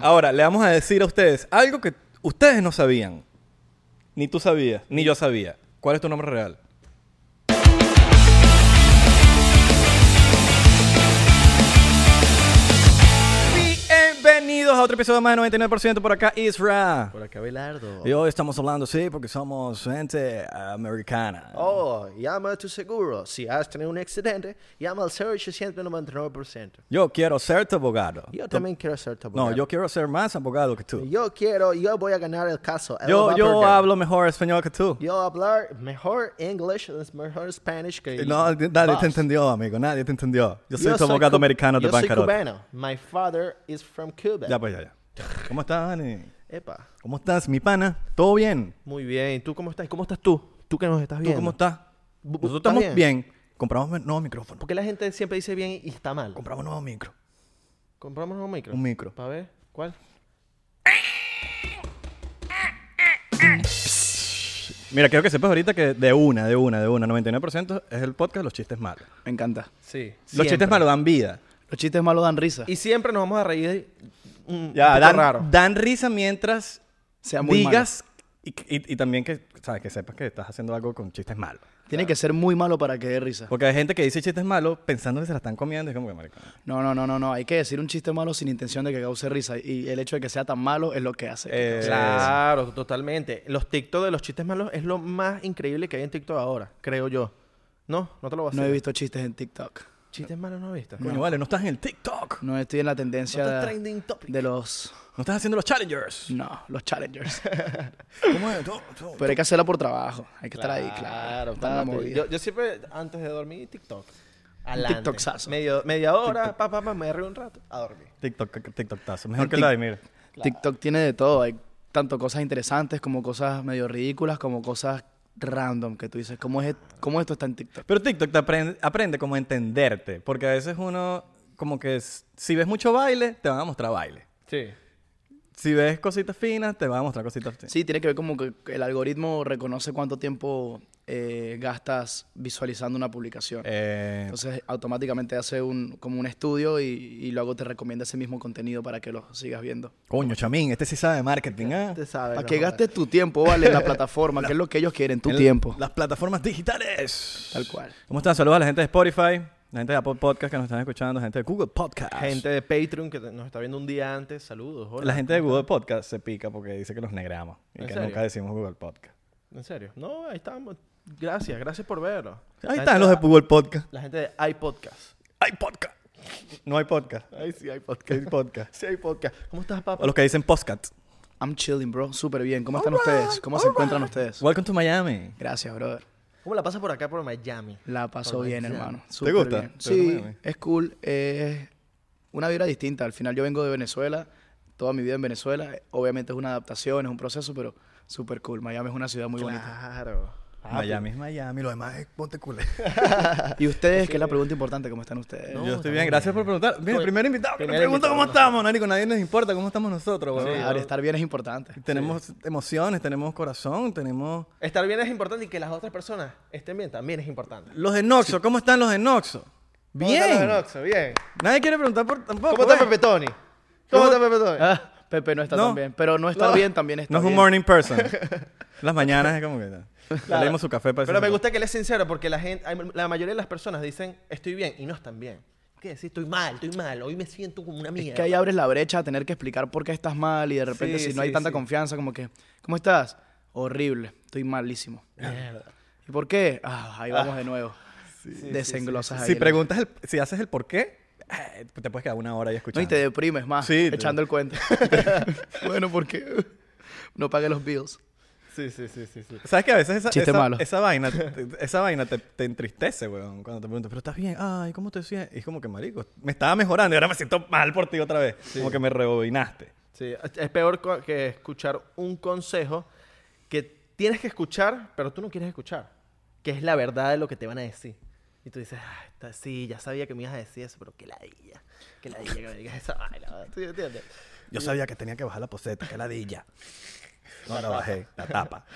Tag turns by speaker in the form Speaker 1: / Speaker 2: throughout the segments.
Speaker 1: Ahora, le vamos a decir a ustedes algo que ustedes no sabían. Ni tú sabías, ni yo sabía. ¿Cuál es tu nombre real? Bienvenidos a otro episodio más de 99% por acá, Isra.
Speaker 2: Por acá, Belardo.
Speaker 1: Y hoy estamos hablando, sí, porque somos gente americana.
Speaker 2: Oh, llama a tu seguro. Si has tenido un accidente, llama al 0899%.
Speaker 1: Yo quiero ser tu abogado.
Speaker 2: Yo también quiero ser tu abogado.
Speaker 1: No, yo quiero ser más abogado que tú.
Speaker 2: Yo quiero, yo voy a ganar el caso. Él va
Speaker 1: Yo,
Speaker 2: a
Speaker 1: yo
Speaker 2: perder.
Speaker 1: hablo mejor español que tú.
Speaker 2: Yo hablar mejor inglés, mejor Spanish que
Speaker 1: Eh, No, nadie
Speaker 2: vos.
Speaker 1: te entendió, amigo. Nadie te entendió. Yo soy
Speaker 2: Yo
Speaker 1: tu abogado
Speaker 2: cu-
Speaker 1: americano de
Speaker 2: yo soy
Speaker 1: bancarrota.
Speaker 2: cubano. My father is from Cuba.
Speaker 1: Ya, pues, ya, ya. ¿Cómo estás, Dani?
Speaker 2: Epa.
Speaker 1: ¿Cómo estás, mi pana? ¿Todo bien?
Speaker 2: Muy bien. ¿Tú cómo estás? ¿Cómo estás tú? ¿Tú que nos estás
Speaker 1: ¿Tú
Speaker 2: viendo?
Speaker 1: cómo estás?
Speaker 2: Bu- bu-
Speaker 1: Nosotros
Speaker 2: ¿estás
Speaker 1: estamos bien. Compramos un nuevo micrófono.
Speaker 2: Porque la gente siempre dice bien y está mal.
Speaker 1: Compramos un nuevo micro.
Speaker 2: Compramos un micro.
Speaker 1: Un micro.
Speaker 2: Para ver, ¿cuál?
Speaker 1: Mira, quiero que sepas ahorita que de una, de una, de una, 99% es el podcast Los Chistes Malos.
Speaker 3: Me encanta.
Speaker 2: Sí.
Speaker 1: Los Chistes Malos dan vida.
Speaker 3: Los chistes malos dan risa.
Speaker 2: Y siempre nos vamos a reír un
Speaker 1: Ya,
Speaker 2: poquito
Speaker 1: dan,
Speaker 2: raro.
Speaker 1: dan risa mientras
Speaker 3: Sea muy
Speaker 1: digas y, y- y también que, sabes, que sepas que estás haciendo algo con chistes malos.
Speaker 3: Tiene que ser muy malo para que dé risa.
Speaker 1: Porque hay gente que dice chistes malos pensando que se la están comiendo y es como que marica.
Speaker 3: No, no, no, no, no. Hay que decir un chiste malo sin intención de que cause risa. Y el hecho de que sea tan malo es lo que hace. que
Speaker 1: Eh,
Speaker 3: cause-
Speaker 2: Claro, totalmente. Los TikTok de los chistes malos es lo más increíble que hay en TikTok ahora, creo yo. No, no te lo vas a
Speaker 3: no he visto chistes en TikTok.
Speaker 2: ¿Chistes malos no he visto?
Speaker 1: Coño, vale, no estás en el TikTok.
Speaker 3: No estoy en la tendencia
Speaker 2: No estás
Speaker 3: de-
Speaker 2: trending topic.
Speaker 3: de los...
Speaker 1: No estás haciendo los challengers.
Speaker 3: No, los challengers.
Speaker 1: ¿Cómo es? Tú- tú-
Speaker 3: Pero hay que hacerlo por trabajo. Hay que estar ahí, claro. Está la
Speaker 2: papi.
Speaker 3: movida.
Speaker 2: yo, yo siempre, antes de dormir, TikTok. Adelante.
Speaker 3: TikTokazo.
Speaker 2: Medio- Media hora, papá, pa, pa, me río un rato, a dormir.
Speaker 1: TikTok, TikTokazo. Mejor
Speaker 3: En
Speaker 1: que
Speaker 3: tic-
Speaker 1: la de mira.
Speaker 3: TikTok tiene de todo. Hay tanto cosas interesantes como cosas medio ridículas, como cosas random que tú dices, ¿cómo, es, e-? cómo esto está en TikTok?
Speaker 1: Pero TikTok te aprende, aprende como a entenderte. Porque a veces uno, como que es- si ves mucho baile, te van a mostrar baile.
Speaker 2: Sí.
Speaker 1: Si ves cositas finas, te van a mostrar cositas finas.
Speaker 3: Sí, tiene que ver como que el algoritmo reconoce cuánto tiempo eh, gastas visualizando una publicación.
Speaker 1: Eh,
Speaker 3: Entonces automáticamente hace un, como un estudio y, y luego te recomienda ese mismo contenido para que lo sigas viendo.
Speaker 1: coño, chamín, este sí sabe de marketing, ¿ah?
Speaker 2: Te sabes.
Speaker 3: Para
Speaker 2: no
Speaker 3: que
Speaker 2: jodas.
Speaker 3: gastes tu tiempo, ¿vale? En la plataforma, que es lo que ellos quieren, tu
Speaker 1: En
Speaker 3: tiempo.
Speaker 1: Las plataformas digitales.
Speaker 3: Tal cual.
Speaker 1: ¿Cómo están? Saludos a la gente de Spotify, la gente de Apple Podcast que nos están escuchando, gente de Google Podcast.
Speaker 2: Gente de Patreon que te- nos está viendo un día antes, saludos. hola.
Speaker 1: La gente de Google Podcast se pica porque dice que los negramos y
Speaker 2: ¿En
Speaker 1: que
Speaker 2: serio?
Speaker 1: nunca decimos Google Podcast.
Speaker 2: En serio. No, ahí estamos. Gracias, gracias por verlo.
Speaker 1: Ahí
Speaker 2: La
Speaker 1: están
Speaker 2: gente-
Speaker 1: los de Google Podcast.
Speaker 2: La gente de iPodcast.
Speaker 1: Hay podcast. No hay podcast.
Speaker 2: Ay, sí,
Speaker 1: Hay
Speaker 2: iPodcast.
Speaker 1: podcast.
Speaker 2: Sí, hay podcast. ¿Cómo estás,
Speaker 1: O
Speaker 2: papá?
Speaker 1: los que dicen podcast.
Speaker 3: I'm chilling, bro. Súper bien. ¿Cómo están ustedes? ¿Cómo se encuentran ustedes?
Speaker 1: Welcome to Miami.
Speaker 3: Gracias, brother.
Speaker 2: ¿Cómo la pasas por acá, por Miami?
Speaker 3: La pasó
Speaker 2: Por
Speaker 3: bien,
Speaker 2: Miami.
Speaker 3: hermano.
Speaker 1: ¿Te
Speaker 3: Súper
Speaker 1: gusta?
Speaker 3: bien.
Speaker 1: ¿Te gusta
Speaker 3: Sí,
Speaker 1: Miami?
Speaker 3: es cool. Es una vibra distinta. Al final yo vengo de Venezuela, toda mi vida en Venezuela. Obviamente es una adaptación, es un proceso, pero súper cool. Miami es una ciudad muy bonita.
Speaker 2: Claro. Ah,
Speaker 1: Miami es Miami, lo demás es ponte culé.
Speaker 3: ¿Y ustedes? Que es la pregunta importante. ¿Cómo están ustedes? Ah,
Speaker 2: No,
Speaker 1: Yo estoy
Speaker 2: estamos
Speaker 1: bien, gracias por preguntar. Mira, el
Speaker 2: Pues,
Speaker 1: primer invitado que nos
Speaker 2: primer
Speaker 1: pregunta
Speaker 2: invitado,
Speaker 1: cómo
Speaker 2: ¿no?
Speaker 1: estamos, Narico. Nadie nos importa cómo estamos nosotros,
Speaker 3: Claro,
Speaker 1: weón.
Speaker 2: Sí.
Speaker 3: estar bien es importante.
Speaker 1: Tenemos emociones, tenemos corazón, tenemos.
Speaker 2: Estar bien es importante y que las otras personas estén bien también es importante.
Speaker 1: Los de Noxo, ¿cómo están los de Noxo?
Speaker 2: ¿Cómo están los
Speaker 1: Bien.
Speaker 2: Noxo? Bien. Oh,
Speaker 1: Nadie quiere preguntar por tampoco. pues.
Speaker 2: ¿Cómo está
Speaker 1: weón.
Speaker 2: Pepe Tony?
Speaker 1: ¿Cómo-
Speaker 2: ¿Cómo está Pepe Tony?
Speaker 3: Ah, Pepe no está
Speaker 1: No.
Speaker 3: tan bien. Pero no estar
Speaker 2: No.
Speaker 3: bien también está
Speaker 1: No es un
Speaker 3: bien.
Speaker 1: morning person. Las mañanas es como que. Le
Speaker 2: Claro.
Speaker 1: dimos su café para
Speaker 2: Pero
Speaker 1: ese-
Speaker 2: me gusta que él es sincero porque la gente, hay- la mayoría de las personas dicen estoy bien y no están bien. ¿Qué decir? Estoy mal, estoy mal, hoy me siento como una mierda.
Speaker 3: Es que ahí abres la brecha a tener que explicar por qué estás mal y de repente
Speaker 2: Sí,
Speaker 3: si no
Speaker 2: sí,
Speaker 3: hay tanta
Speaker 2: sí.
Speaker 3: confianza como que, ¿cómo estás? Horrible, estoy malísimo.
Speaker 2: Mierda.
Speaker 3: ¿Y por qué? Ah, ahí vamos de nuevo. Desenglosas ahí.
Speaker 1: Si
Speaker 3: la-
Speaker 1: preguntas, el- si haces el por qué, eh, te puedes quedar una hora ahí escuchando.
Speaker 3: No, y te deprimes más
Speaker 1: Sí, te-
Speaker 3: echando el cuento. bueno, porque no pagué los bills.
Speaker 2: Sí, sí, sí, sí, sí.
Speaker 1: ¿Sabes que a veces esa,
Speaker 3: Chiste
Speaker 1: esa-
Speaker 3: malo.
Speaker 1: esa vaina, te- esa vaina te, te entristece, weón? Cuando te preguntas, pero estás bien, ay, ¿cómo te sientes? Y es como que, marico, me estaba mejorando y ahora me siento mal por ti otra vez. Como que me rebobinaste.
Speaker 2: Sí, es peor co- que escuchar un consejo que tienes que escuchar, pero tú no quieres escuchar. Que es la verdad de lo que te van a decir. Y tú dices, ah, está- sí, ya sabía que me ibas a decir eso, pero qué ladilla. Qué ladilla que me digas esa vaina. ¿Tú entiendes?
Speaker 1: Yo sabía que tenía que bajar la poseta, que ladilla. No la bajé, la tapa.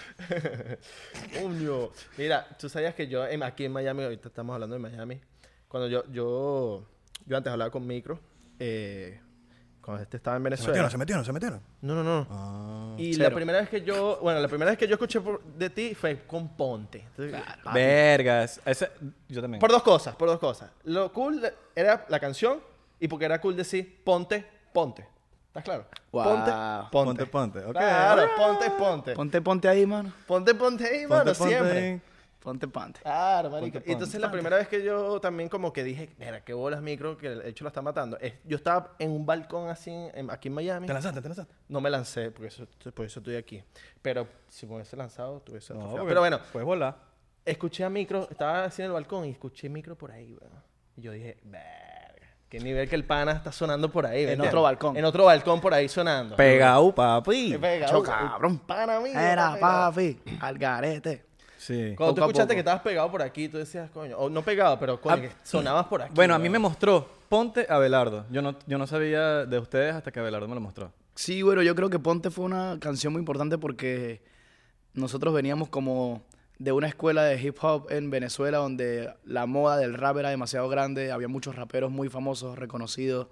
Speaker 2: Coño. Mira, tú sabías que yo en- aquí en Miami, ahorita estamos hablando de Miami, cuando yo, yo, yo antes hablaba con Micro, eh, cuando este estaba en
Speaker 1: Se
Speaker 2: Venezuela.
Speaker 1: metieron, se metieron, se metieron.
Speaker 2: No, no, no.
Speaker 1: Ah.
Speaker 2: Y
Speaker 3: Cero.
Speaker 2: la primera vez que yo, bueno, la primera vez que yo escuché por- de ti fue con Ponte. Entonces, papi,
Speaker 1: Vergas. Ese- yo también.
Speaker 2: por dos cosas, por dos cosas. Lo cool de- era la canción y porque era cool decir Ponte, Ponte. ¿Estás claro?
Speaker 3: Wow.
Speaker 2: Ponte, Ponte.
Speaker 1: Ponte, ponte. Ok.
Speaker 2: Claro,
Speaker 1: alright.
Speaker 2: Ponte, Ponte.
Speaker 3: Ponte, ponte ahí, mano.
Speaker 2: Ponte, Ponte ahí,
Speaker 1: Ponte,
Speaker 2: mano,
Speaker 1: ponte
Speaker 2: siempre.
Speaker 1: ahí.
Speaker 3: Ponte, ponte.
Speaker 2: Claro, marico.
Speaker 1: Ponte,
Speaker 2: Y entonces
Speaker 1: ponte,
Speaker 2: la
Speaker 1: ponte.
Speaker 2: primera vez que yo también como que dije, mira, qué bolas micro, que el hecho la está matando. Es- yo estaba en un balcón así, en- aquí en Miami.
Speaker 1: Te lanzaste, te lanzaste.
Speaker 2: No me lancé, porque eso, por eso estoy aquí. Pero si me hubiese lanzado, tuviese
Speaker 1: No,
Speaker 2: atrofiado.
Speaker 1: porque
Speaker 2: Pero bueno,
Speaker 1: Puedes volar.
Speaker 2: escuché a micro, estaba así en el balcón y escuché micro por ahí, weón. Y yo dije, verga, qué nivel que el pana está sonando por ahí. ¿me
Speaker 3: En
Speaker 2: entiendes?
Speaker 3: otro balcón.
Speaker 2: En otro balcón por ahí sonando.
Speaker 1: Pegao, papi.
Speaker 2: Qué pega,
Speaker 3: Chao,
Speaker 2: uy,
Speaker 3: cabrón.
Speaker 2: Pana mío.
Speaker 3: Era,
Speaker 2: papi.
Speaker 3: papi, al garete.
Speaker 1: Sí.
Speaker 2: Cuando
Speaker 3: Poco
Speaker 2: tú
Speaker 3: a
Speaker 2: escuchaste
Speaker 3: poco.
Speaker 2: que estabas pegado por aquí, tú decías, coño, o no pegado, pero coño,
Speaker 1: Ah,
Speaker 2: que sonabas por aquí.
Speaker 1: Bueno, a mí me
Speaker 2: weón.
Speaker 1: mostró Ponte Abelardo. Yo no, yo no sabía de ustedes hasta que Abelardo me lo mostró.
Speaker 3: Sí, bueno, yo creo que Ponte fue una canción muy importante porque nosotros veníamos como de una escuela de hip hop en Venezuela donde la moda del rap era demasiado grande, había muchos raperos muy famosos, reconocidos,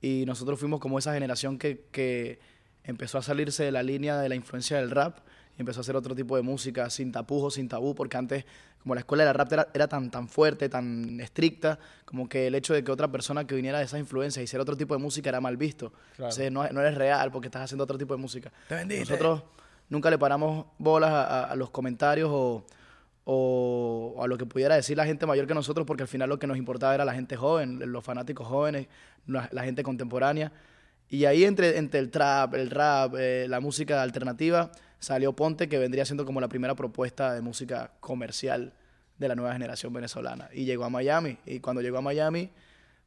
Speaker 3: y nosotros fuimos como esa generación que, que empezó a salirse de la línea de la influencia del rap y empezó a hacer otro tipo de música sin tapujos, sin tabú, porque antes como la escuela de rap era, era tan, tan fuerte, tan estricta, como que el hecho de que otra persona que viniera de esa influencia y hiciera otro tipo de música era mal visto. Entonces no, no eres real porque estás haciendo otro tipo de música.
Speaker 1: Te vendiste.
Speaker 3: Nosotros nunca le paramos bolas a, a- a los comentarios o, o- o a lo que pudiera decir la gente mayor que nosotros, porque al final lo que nos importaba era la gente joven, los fanáticos jóvenes, la, la gente contemporánea. Y ahí entre, entre el trap, el rap, eh, la música alternativa, salió Ponte, que vendría siendo como la primera propuesta de música comercial de la nueva generación venezolana. Y llegó a Miami. Y cuando llegó a Miami,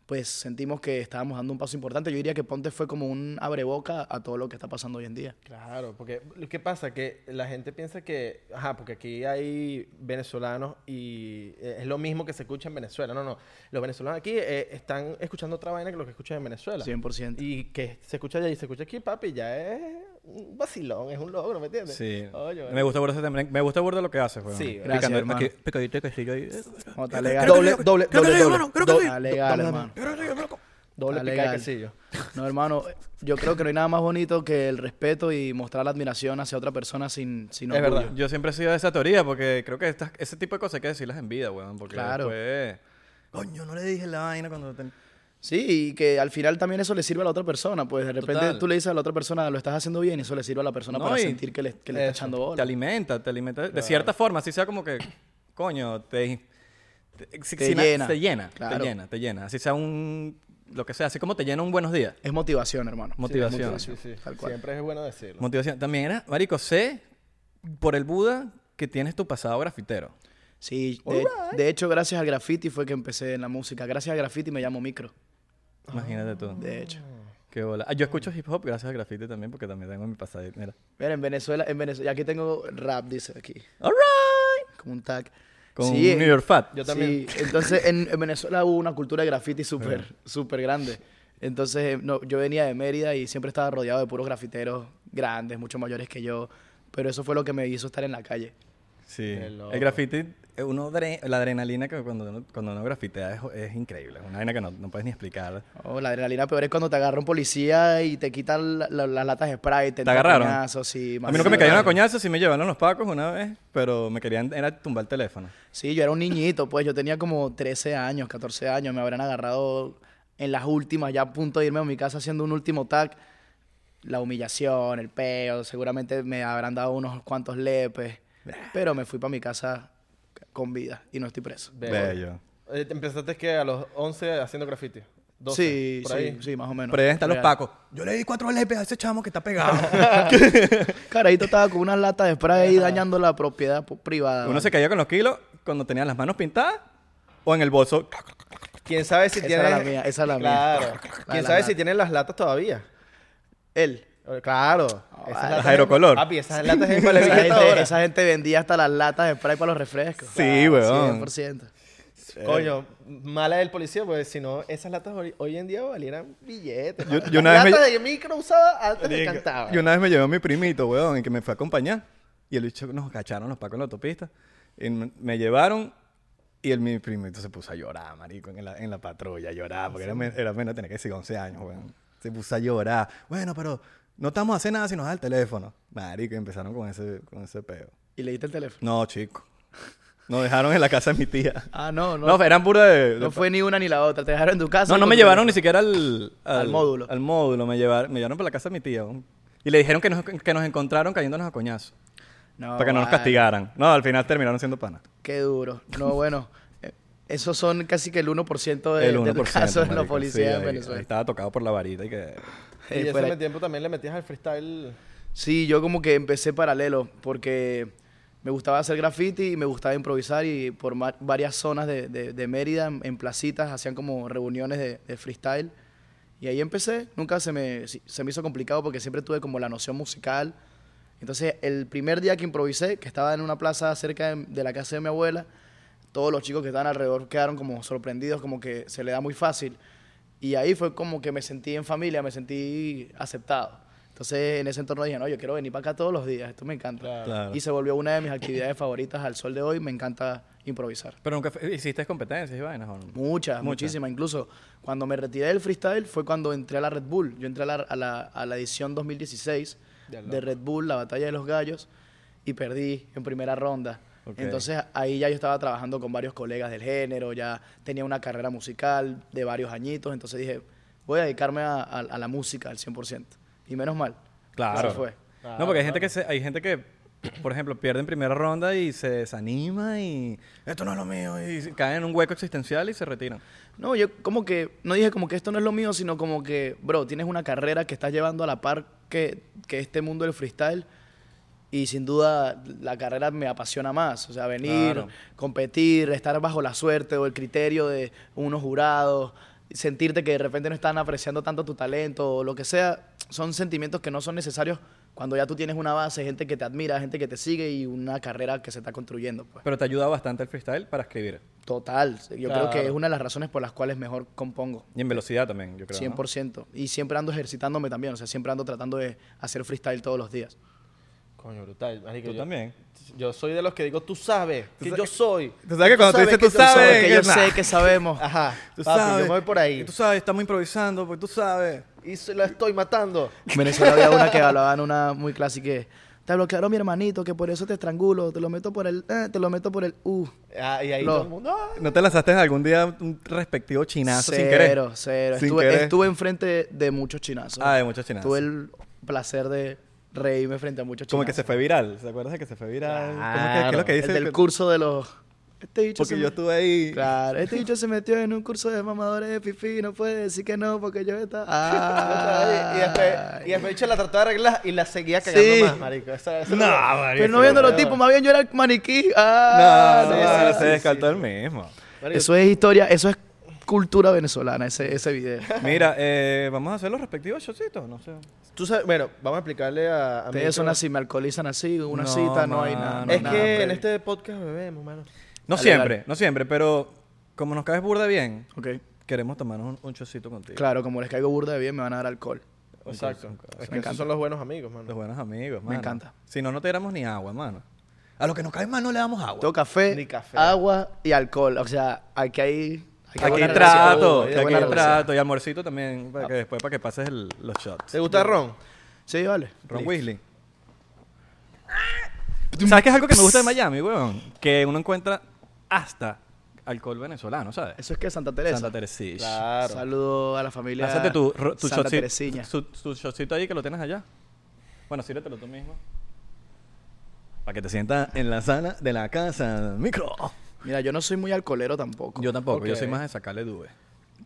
Speaker 3: pues sentimos que estábamos dando un paso importante. Yo diría que Ponte fue como un abreboca a todo lo que está pasando hoy en día.
Speaker 2: Claro, porque lo que pasa que la gente piensa que, ajá, porque aquí hay venezolanos y eh, es lo mismo que se escucha en Venezuela. No, no. Los venezolanos aquí eh, están escuchando otra vaina que lo que escuchan en Venezuela.
Speaker 3: 100%.
Speaker 2: Y que se escucha allá y se escucha aquí, papi, ya es un vacilón, es un logro, ¿me entiendes?
Speaker 1: Sí.
Speaker 2: Oye,
Speaker 1: me gusta burda ese tema. Me gusta burda lo que haces, weón.
Speaker 2: Sí,
Speaker 3: gracias,
Speaker 1: Picando
Speaker 3: hermano.
Speaker 1: aquí, picadito de quesillo ahí.
Speaker 3: No, está
Speaker 1: Creo
Speaker 3: legal.
Speaker 1: que
Speaker 2: Doble,
Speaker 1: sí,
Speaker 2: doble,
Speaker 1: creo que
Speaker 2: doble,
Speaker 1: sí,
Speaker 2: doble.
Speaker 1: hermano, creo que
Speaker 2: Do-
Speaker 1: sí.
Speaker 3: Está legal,
Speaker 1: Doble,
Speaker 3: hermano.
Speaker 1: Creo que sí, loco.
Speaker 2: doble
Speaker 3: Está
Speaker 2: picada de
Speaker 3: legal.
Speaker 2: quesillo.
Speaker 3: No, hermano, yo creo que no hay nada más bonito que el respeto y mostrar la admiración hacia otra persona sin, sin
Speaker 2: Es
Speaker 3: orgullo.
Speaker 2: verdad.
Speaker 1: Yo siempre he sido de esa teoría porque creo que estas, ese tipo de cosas hay que decirlas en vida, weón. Porque
Speaker 3: Claro.
Speaker 1: después... Coño, no le dije la vaina cuando... ten-
Speaker 3: Sí, y que al final también eso le sirve a la otra persona. Pues de repente
Speaker 1: Total.
Speaker 3: tú le dices a la otra persona, lo estás haciendo bien, y eso le sirve a la persona
Speaker 1: No,
Speaker 3: para
Speaker 1: y-
Speaker 3: sentir que le, que le está
Speaker 2: eso,
Speaker 3: echando
Speaker 1: Te
Speaker 3: bola.
Speaker 1: alimenta, te alimenta. De cierta forma, así sea como que, coño, te, te, si-
Speaker 3: Te
Speaker 1: si na-
Speaker 3: llena.
Speaker 1: Te llena,
Speaker 3: Claro.
Speaker 1: te llena, te llena. Así sea un, lo que sea, así como te llena un buenos días.
Speaker 3: Es motivación, hermano.
Speaker 1: Motivación.
Speaker 2: Sí, sí.
Speaker 3: Tal cual.
Speaker 2: Siempre es bueno decirlo.
Speaker 1: Motivación. También era, marico, sé por el Buda que tienes tu pasado grafitero.
Speaker 3: Sí, de, de hecho, gracias al graffiti fue que empecé en la música. Gracias al graffiti me llamo Micro,
Speaker 1: Imagínate tú.
Speaker 3: de hecho.
Speaker 1: Qué bola. Ah, Yo escucho hip hop gracias al grafite también porque también tengo mi pasado. Mira.
Speaker 3: Mira, en Venezuela, en Venezuela, y aquí tengo rap, dice aquí,
Speaker 1: All right.
Speaker 3: como un tag.
Speaker 1: Con
Speaker 3: Sí, eh.
Speaker 1: un New York Fat.
Speaker 2: Yo también.
Speaker 3: Sí, entonces en, en Venezuela hubo una cultura de graffiti súper, súper grande. Entonces eh, no, yo venía de Mérida y siempre estaba rodeado de puros grafiteros grandes, mucho mayores que yo. Pero eso fue lo que me hizo estar en la calle.
Speaker 1: Sí.
Speaker 2: Qué loco.
Speaker 1: El graffiti, eh, uno dre- la adrenalina que cuando uno, cuando uno grafitea es, es increíble. Es una vaina que no, no puedes ni explicar.
Speaker 3: Oh, la adrenalina peor es cuando te agarra un policía y te quitan la- la- las latas de spray. Te,
Speaker 1: ¿Te agarraron?
Speaker 3: coñazos, sí,
Speaker 1: A mí nunca me
Speaker 3: masivo.
Speaker 1: cayeron a coñazos y me llevaron los pacos una vez, pero me querían era tumbar el teléfono.
Speaker 3: Sí, yo era un niñito, pues yo tenía como 13 años, 14 años, me habrán agarrado en las últimas, ya a punto de irme a mi casa haciendo un último tag. La humillación, el peo, seguramente me habrán dado unos cuantos lepes, pero me fui para mi casa con vida y no estoy preso.
Speaker 2: Bello.
Speaker 1: Bello.
Speaker 2: Eh, te Empezaste que a los 11 haciendo graffiti. 12,
Speaker 3: sí,
Speaker 2: por
Speaker 3: sí,
Speaker 2: ahí.
Speaker 3: sí, más o menos.
Speaker 1: Pero ahí están los
Speaker 3: Real.
Speaker 1: pacos. Yo le di cuatro lepes a ese chamo que está pegado.
Speaker 3: Carajito estaba con unas latas de spray ahí dañando la propiedad po- privada.
Speaker 1: Uno
Speaker 3: mano.
Speaker 1: se caía con los kilos cuando tenía las manos pintadas o en el bolso.
Speaker 2: ¿Quién sabe si
Speaker 3: Esa
Speaker 2: tiene...
Speaker 3: era la mía, esa era la mía.
Speaker 2: Claro.
Speaker 3: La de
Speaker 2: ¿Quién
Speaker 3: la
Speaker 2: sabe
Speaker 3: lata.
Speaker 2: si tienen las latas todavía? Eh,
Speaker 3: Él.
Speaker 2: Claro.
Speaker 3: Ah, vale.
Speaker 1: Las aerocolor.
Speaker 2: Papi, esas latas es para
Speaker 3: Esa gente,
Speaker 2: ahora.
Speaker 3: esa gente vendía hasta las latas de spray para los refrescos.
Speaker 1: Sí, weón.
Speaker 3: 100%.
Speaker 1: Eh,
Speaker 2: Coño, mala del policía, pues si no, esas latas hoy, hoy en día valieran billetes.
Speaker 1: Yo-
Speaker 2: papi.
Speaker 1: yo una
Speaker 2: Las
Speaker 1: vez me-
Speaker 2: latas de micro usada antes me
Speaker 3: Ah.
Speaker 2: cantaba.
Speaker 1: Y una vez me llevó mi primito, weón, y que me fue a acompañar. Y el bicho nos cacharon los pacos en la autopista. Y me me llevaron y el mi primito se puso a llorar, marico, en la, en la patrulla, a llorar, porque era, men- era menos, tenía que decir 11 años, weón. Se puso a llorar. Bueno, pero no estamos a hacer nada si nos da el teléfono. Marico, y empezaron con ese, con ese peo.
Speaker 3: Y le diste el teléfono.
Speaker 1: No, chico. Nos dejaron en la casa de mi tía.
Speaker 3: Ah, no, no.
Speaker 1: No, eran pura de... de-
Speaker 3: No fue ni una ni la otra. Te dejaron en tu casa.
Speaker 1: No, no
Speaker 3: con
Speaker 1: me
Speaker 3: tu-
Speaker 1: llevaron ni siquiera al,
Speaker 3: Al módulo.
Speaker 1: Al módulo, me llevaron, me llevaron para la casa de mi tía. weón. Y le dijeron que nos, que nos encontraron cayéndonos a coñazo.
Speaker 3: No,
Speaker 1: para que no nos
Speaker 3: Ah, vale.
Speaker 1: castigaran. No, al final terminaron siendo panas.
Speaker 3: Qué duro. No, bueno. eh, Esos son casi que el 1% de,
Speaker 1: el
Speaker 3: de
Speaker 1: 1%.
Speaker 3: los casos de
Speaker 1: marico,
Speaker 3: los
Speaker 1: sí,
Speaker 3: policías
Speaker 1: ahí-
Speaker 3: en
Speaker 1: ahí
Speaker 3: Venezuela.
Speaker 1: Estaba tocado por la varita y que...
Speaker 2: Y
Speaker 3: Eh,
Speaker 2: ese
Speaker 3: fuera-
Speaker 2: tiempo también le metías al freestyle.
Speaker 3: Sí, yo como que empecé paralelo porque me gustaba hacer graffiti y me gustaba improvisar y por ma- varias zonas de, de- de Mérida, en, en placitas, hacían como reuniones de, de freestyle. Y ahí empecé, nunca se me, si- se me hizo complicado porque siempre tuve como la noción musical. Entonces, el primer día que improvisé, que estaba en una plaza cerca de, de la casa de mi abuela, todos los chicos que estaban alrededor quedaron como sorprendidos, como que se le da muy fácil. Y ahí fue como que me sentí en familia, me sentí aceptado. Entonces, en ese entorno dije, no, yo quiero venir para acá todos los días, esto me encanta.
Speaker 2: Claro.
Speaker 1: Claro.
Speaker 3: Y se volvió una de mis actividades favoritas al sol de hoy, me encanta improvisar.
Speaker 1: Pero nunca fue- hiciste competencias y vainas, ¿o no?
Speaker 3: Muchas,
Speaker 1: Muchas.
Speaker 3: muchísimas. Incluso cuando me retiré del freestyle fue cuando entré a la Red Bull. Yo entré a la, a la- a la edición 2016
Speaker 2: Ya,
Speaker 3: de Red Bull, la batalla de los gallos, y perdí en primera ronda.
Speaker 1: Ok.
Speaker 3: Entonces ahí ya yo estaba trabajando con varios colegas del género, ya tenía una carrera musical de varios añitos, entonces dije, voy a dedicarme a, a- a la música al 100%. Y menos mal.
Speaker 1: Claro.
Speaker 3: Así fue.
Speaker 1: no, porque hay gente que se- hay gente que, por ejemplo, pierde en primera ronda y se desanima y esto no es lo mío y se- caen en un hueco existencial y se retiran.
Speaker 3: No, yo como que, no dije como que esto no es lo mío, sino como que, bro, tienes una carrera que estás llevando a la par que, que este mundo del freestyle y sin duda la carrera me apasiona más. O sea, venir,
Speaker 1: Claro.
Speaker 3: competir, estar bajo la suerte o el criterio de unos jurados, sentirte que de repente no están apreciando tanto tu talento o lo que sea, son sentimientos que no son necesarios cuando ya tú tienes una base, gente que te admira, gente que te sigue y una carrera que se está construyendo. Pues.
Speaker 1: Pero te ha ayudado bastante el freestyle para escribir
Speaker 3: Total, yo creo
Speaker 2: Claro.
Speaker 3: que es una de las razones por las cuales mejor compongo.
Speaker 1: y en velocidad también, yo creo. ¿no?
Speaker 3: 100%. Y siempre ando ejercitándome también, o sea, siempre ando tratando de hacer freestyle todos los días.
Speaker 2: Coño, brutal. marico,
Speaker 1: Tú
Speaker 2: yo-
Speaker 1: también.
Speaker 2: Yo soy de los que digo, tú sabes que
Speaker 1: sabes-
Speaker 2: yo soy.
Speaker 1: tú sabes que cuando te dice, "Tú
Speaker 2: yo
Speaker 1: sabes",
Speaker 2: soy".
Speaker 3: que yo
Speaker 1: nah.
Speaker 3: sé que sabemos.
Speaker 2: Ajá. papi, Yo me voy por ahí.
Speaker 1: Tú sabes, estamos improvisando, porque tú sabes.
Speaker 2: Y se la estoy matando.
Speaker 3: En Venezuela había una que hablaban una muy clásica que te bloquearon mi hermanito, que por eso te estrangulo, te lo meto por el, eh, te lo meto por el, uh.
Speaker 2: Ah, y ahí
Speaker 3: No.
Speaker 2: todo el mundo. "Ah".
Speaker 1: ¿No te lanzaste algún día un respectivo chinazo sin querer?
Speaker 3: cero, cero.
Speaker 1: Sin
Speaker 3: estuve,
Speaker 1: querer.
Speaker 3: estuve enfrente de muchos chinazos.
Speaker 1: Ah, de muchos chinazos.
Speaker 3: Tuve el placer de reírme frente a muchos chinazos.
Speaker 1: Como que se fue viral. ¿Se acuerdas de que se fue viral? ¿Cómo es que- ¿Qué es
Speaker 2: Claro.
Speaker 1: lo que
Speaker 3: El
Speaker 1: dice?
Speaker 3: del curso de los... Este bicho se
Speaker 1: Porque yo
Speaker 3: me-
Speaker 1: estuve ahí.
Speaker 3: Claro, este bicho se metió en un curso de mamadores de pipí, no puede decir que no porque yo estaba... Ah,
Speaker 2: Y después, y después yo la trató de arreglar y la seguía cagando
Speaker 3: Sí.
Speaker 2: más, marico. Esa- esa-
Speaker 1: No, marico.
Speaker 3: pero no viendo los
Speaker 2: weón.
Speaker 3: tipos, más bien yo era el maniquí. Ah,
Speaker 1: No,
Speaker 2: sí,
Speaker 1: no,
Speaker 2: sí,
Speaker 1: no,
Speaker 2: sí,
Speaker 1: se
Speaker 2: sí,
Speaker 1: descartó el mismo.
Speaker 2: Marico,
Speaker 3: Eso es historia, eso es cultura venezolana, ese, ese video.
Speaker 1: Mira, eh, vamos a hacer los respectivos shotcitos, no sé.
Speaker 2: Tú sabes, bueno, vamos a explicarle a. a
Speaker 3: Ustedes son
Speaker 2: Micho.
Speaker 3: así, me alcoholizan así, una
Speaker 1: No,
Speaker 3: cita, no hay
Speaker 1: man,
Speaker 3: nada. no hay
Speaker 2: Es
Speaker 3: nada,
Speaker 2: que
Speaker 3: previo.
Speaker 2: en este podcast bebemos, mano.
Speaker 1: No
Speaker 3: Dale,
Speaker 1: siempre,
Speaker 3: dale.
Speaker 1: no siempre, pero como nos caes burda bien,
Speaker 3: Ok,
Speaker 1: queremos tomarnos un, un shotcito contigo.
Speaker 3: claro, como les caigo burda de bien, me van a dar alcohol.
Speaker 2: Exacto.
Speaker 1: Entonces,
Speaker 2: Es que
Speaker 3: me encanta.
Speaker 2: esos son los buenos amigos,
Speaker 1: Los
Speaker 2: mano.
Speaker 1: buenos amigos, mano.
Speaker 3: Me encanta.
Speaker 1: Si no, no te diéramos ni agua, mano. A los que nos caen mal no le damos agua.
Speaker 3: Tengo café,
Speaker 2: Ni café.
Speaker 3: agua y alcohol. O sea, aquí hay...
Speaker 1: Aquí
Speaker 3: buena
Speaker 1: hay
Speaker 3: relación.
Speaker 1: trato,
Speaker 2: Uy,
Speaker 1: aquí
Speaker 2: qué buena
Speaker 1: hay
Speaker 2: relación.
Speaker 1: trato. Y almuercito también,
Speaker 3: Ah.
Speaker 1: para que después para que pases el- los shots.
Speaker 2: ¿Te gusta el ron?
Speaker 3: Sí, vale.
Speaker 1: Ron Weasley. ¿Sabes qué es algo que me gusta de Miami, weón? Que uno encuentra hasta alcohol venezolano, ¿sabes?
Speaker 3: Eso es que Santa Teresa.
Speaker 1: Santa Teresilla.
Speaker 3: Saludo a la familia.
Speaker 1: Lánzate tu, ro- tu
Speaker 3: Santa
Speaker 1: shotcito-
Speaker 3: Teresina.
Speaker 1: su- tu shotcito ahí que lo tienes allá. Bueno, sírvetelo tú mismo. Para que te sientas en la sala de la casa, micro.
Speaker 3: Mira, yo no soy muy alcoholero tampoco.
Speaker 1: Yo tampoco, yo
Speaker 2: Ok.
Speaker 1: soy más de sacarle dude.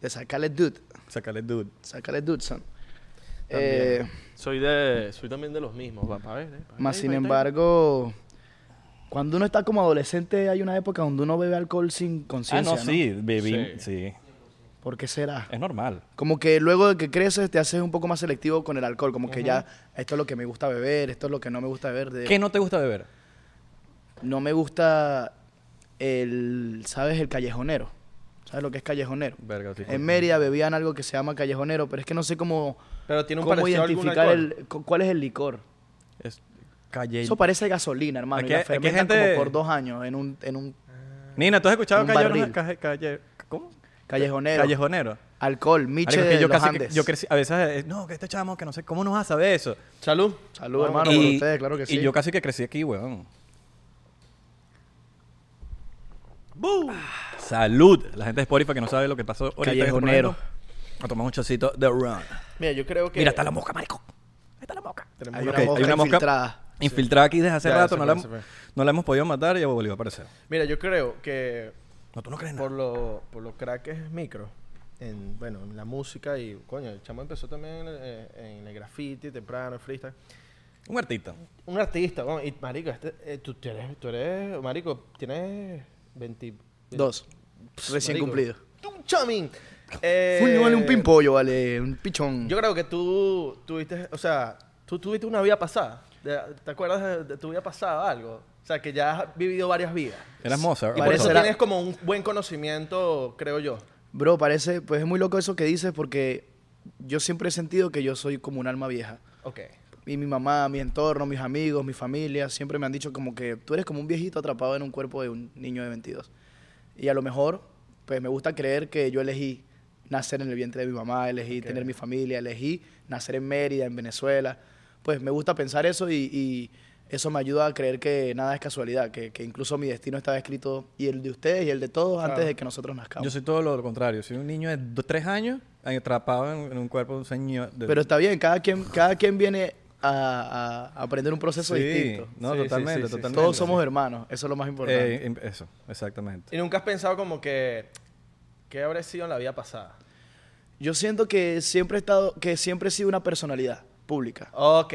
Speaker 3: De sacarle dude.
Speaker 1: Sacarle dude.
Speaker 3: Sacarle dude, son. Eh,
Speaker 2: También. Soy de. Soy también de los mismos, papá. a ver, eh, pa'
Speaker 3: más
Speaker 2: ver,
Speaker 3: sin
Speaker 2: ahí, ahí.
Speaker 3: embargo, cuando uno está como adolescente, hay una época donde uno bebe alcohol sin
Speaker 1: Ah,
Speaker 3: conciencia.
Speaker 1: no, sí, bebí,
Speaker 2: Sí.
Speaker 1: sí.
Speaker 3: ¿Por qué será?
Speaker 1: Es normal.
Speaker 3: Como que luego de que creces te haces un poco más selectivo con el alcohol. Como que ya, esto es lo que me gusta beber, esto es lo que no me gusta beber. de-
Speaker 1: ¿Qué no te gusta beber?
Speaker 3: No me gusta el, ¿sabes? El callejonero. ¿Sabes lo que es callejonero?
Speaker 1: Verga, sí.
Speaker 3: En Mérida bebían algo que se llama callejonero, pero es que no sé cómo,
Speaker 2: Pero tiene un
Speaker 3: cómo
Speaker 2: parecido a algún
Speaker 3: identificar
Speaker 2: alcohol.
Speaker 3: el, cu- cuál es el licor.
Speaker 1: Es calle.
Speaker 3: Eso parece gasolina, hermano.
Speaker 1: Aquí
Speaker 3: y la
Speaker 1: hay- aquí hay
Speaker 3: fermentan
Speaker 1: gente-
Speaker 3: como por dos años en un, en un
Speaker 1: Nina, ¿tú has escuchado
Speaker 3: Un
Speaker 1: callejones-
Speaker 3: barril.
Speaker 1: calle, calle, ¿cómo?
Speaker 3: callejonero.
Speaker 1: Callejonero.
Speaker 3: Alcohol, Miche
Speaker 1: Marico, es que
Speaker 3: de
Speaker 1: yo
Speaker 3: los
Speaker 1: casi que-
Speaker 3: Andes.
Speaker 1: yo crecí, a veces, eh, no, que este chamo, que no sé, ¿cómo no vas a saber eso?
Speaker 2: Salud.
Speaker 3: Salud,
Speaker 2: Vamos.
Speaker 3: hermano, por ustedes, claro que sí.
Speaker 1: Y yo casi que crecí aquí, weón.
Speaker 2: ¡Bu!
Speaker 1: Salud. La gente de Spotify que no sabe lo que pasó ahorita. en este
Speaker 3: Callejonero.
Speaker 1: momento. A tomar un chocito de run.
Speaker 2: Mira, yo creo que.
Speaker 1: Mira, está la mosca, marico. Ahí está la mosca.
Speaker 2: Tenemos
Speaker 3: Hay
Speaker 1: Ok,
Speaker 3: una mosca infiltrada.
Speaker 1: infiltrada aquí desde hace
Speaker 2: Ya,
Speaker 1: rato.
Speaker 2: se
Speaker 1: No
Speaker 2: fue,
Speaker 1: la,
Speaker 2: se fue.
Speaker 1: no la hemos podido matar y ya volvió a aparecer.
Speaker 2: Mira, yo creo que
Speaker 1: No, tú no crees nada.
Speaker 2: por lo, por lo crack que es micro, en, bueno, en la música y, coño, el chamo empezó también en el, eh, en el graffiti temprano, en freestyle.
Speaker 1: Un artista.
Speaker 2: Un artista, bueno, y marico, este, eh, tú, tú eres, tú eres, marico, tienes 20...
Speaker 3: Dos. Recién
Speaker 2: marico,
Speaker 3: cumplido.
Speaker 2: ¡Tú, chamín! Eh,
Speaker 3: Fuño, vale un pimpollo, vale un pichón.
Speaker 2: Yo creo que tú tuviste, o sea, tú tuviste una vida pasada. De- ¿Te acuerdas de, de tu vida pasada algo? O sea, que ya has vivido varias vidas.
Speaker 1: Eras
Speaker 2: Y
Speaker 1: Mozart.
Speaker 2: por
Speaker 1: Vale,
Speaker 2: eso
Speaker 1: será-
Speaker 2: tienes como un buen conocimiento, creo yo.
Speaker 3: Bro, parece, pues es muy loco eso que dices porque yo siempre he sentido que yo soy como un alma vieja.
Speaker 2: Ok.
Speaker 3: Y mi mamá, mi entorno, mis amigos, mi familia, siempre me han dicho como que tú eres como un viejito atrapado en un cuerpo de un niño de 22. Y a lo mejor, pues me gusta creer que yo elegí nacer en el vientre de mi mamá, elegí
Speaker 2: Ok.
Speaker 3: tener mi familia, elegí nacer en Mérida, en Venezuela. Pues me gusta pensar eso y, y eso me ayuda a creer que nada es casualidad, que, que incluso mi destino estaba escrito y el de ustedes y el de todos antes
Speaker 2: Claro.
Speaker 3: de que nosotros nazcamos.
Speaker 1: Yo soy todo lo contrario. Soy un niño de 3 tres años atrapado en, en un cuerpo de un señor. de-
Speaker 3: Pero está bien, cada quien, cada quien viene a, a aprender un proceso
Speaker 1: Sí,
Speaker 3: distinto.
Speaker 1: No,
Speaker 2: Sí, sí,
Speaker 1: totalmente,
Speaker 2: sí, sí, sí.
Speaker 1: totalmente.
Speaker 3: Todos somos hermanos, eso es lo más importante.
Speaker 1: Eh, em- eso, exactamente.
Speaker 2: ¿Y nunca has pensado como que, qué habré sido en la vida pasada?
Speaker 3: Yo siento que siempre he estado, que siempre he sido una personalidad pública.
Speaker 2: Ok,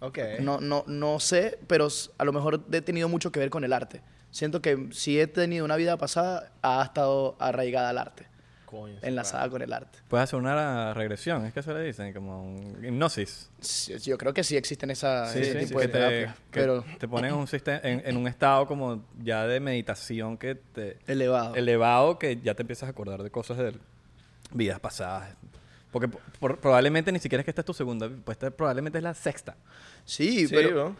Speaker 2: ok.
Speaker 3: No, no, no sé, pero s- a lo mejor he tenido mucho que ver con el arte. Siento que si he tenido una vida pasada, ha estado arraigada al arte,
Speaker 2: Coño, sí,
Speaker 3: enlazada
Speaker 2: claro.
Speaker 3: con el arte.
Speaker 1: Puedes hacer una regresión, es que eso le dicen, como un hipnosis.
Speaker 3: Sí, Yo creo que sí existen
Speaker 2: Ah,
Speaker 3: esa, ese tipo de
Speaker 1: que te-
Speaker 3: terapias,
Speaker 1: que
Speaker 3: pero
Speaker 1: te ponen en un sistema, en, en un estado como ya de meditación que te
Speaker 3: elevado.
Speaker 1: elevado que ya te empiezas a acordar de cosas de vidas pasadas. Porque po- por- probablemente ni siquiera es que esta es tu segunda, pues esta probablemente es la sexta.
Speaker 3: Sí,
Speaker 2: Sí,
Speaker 3: pero
Speaker 2: bro.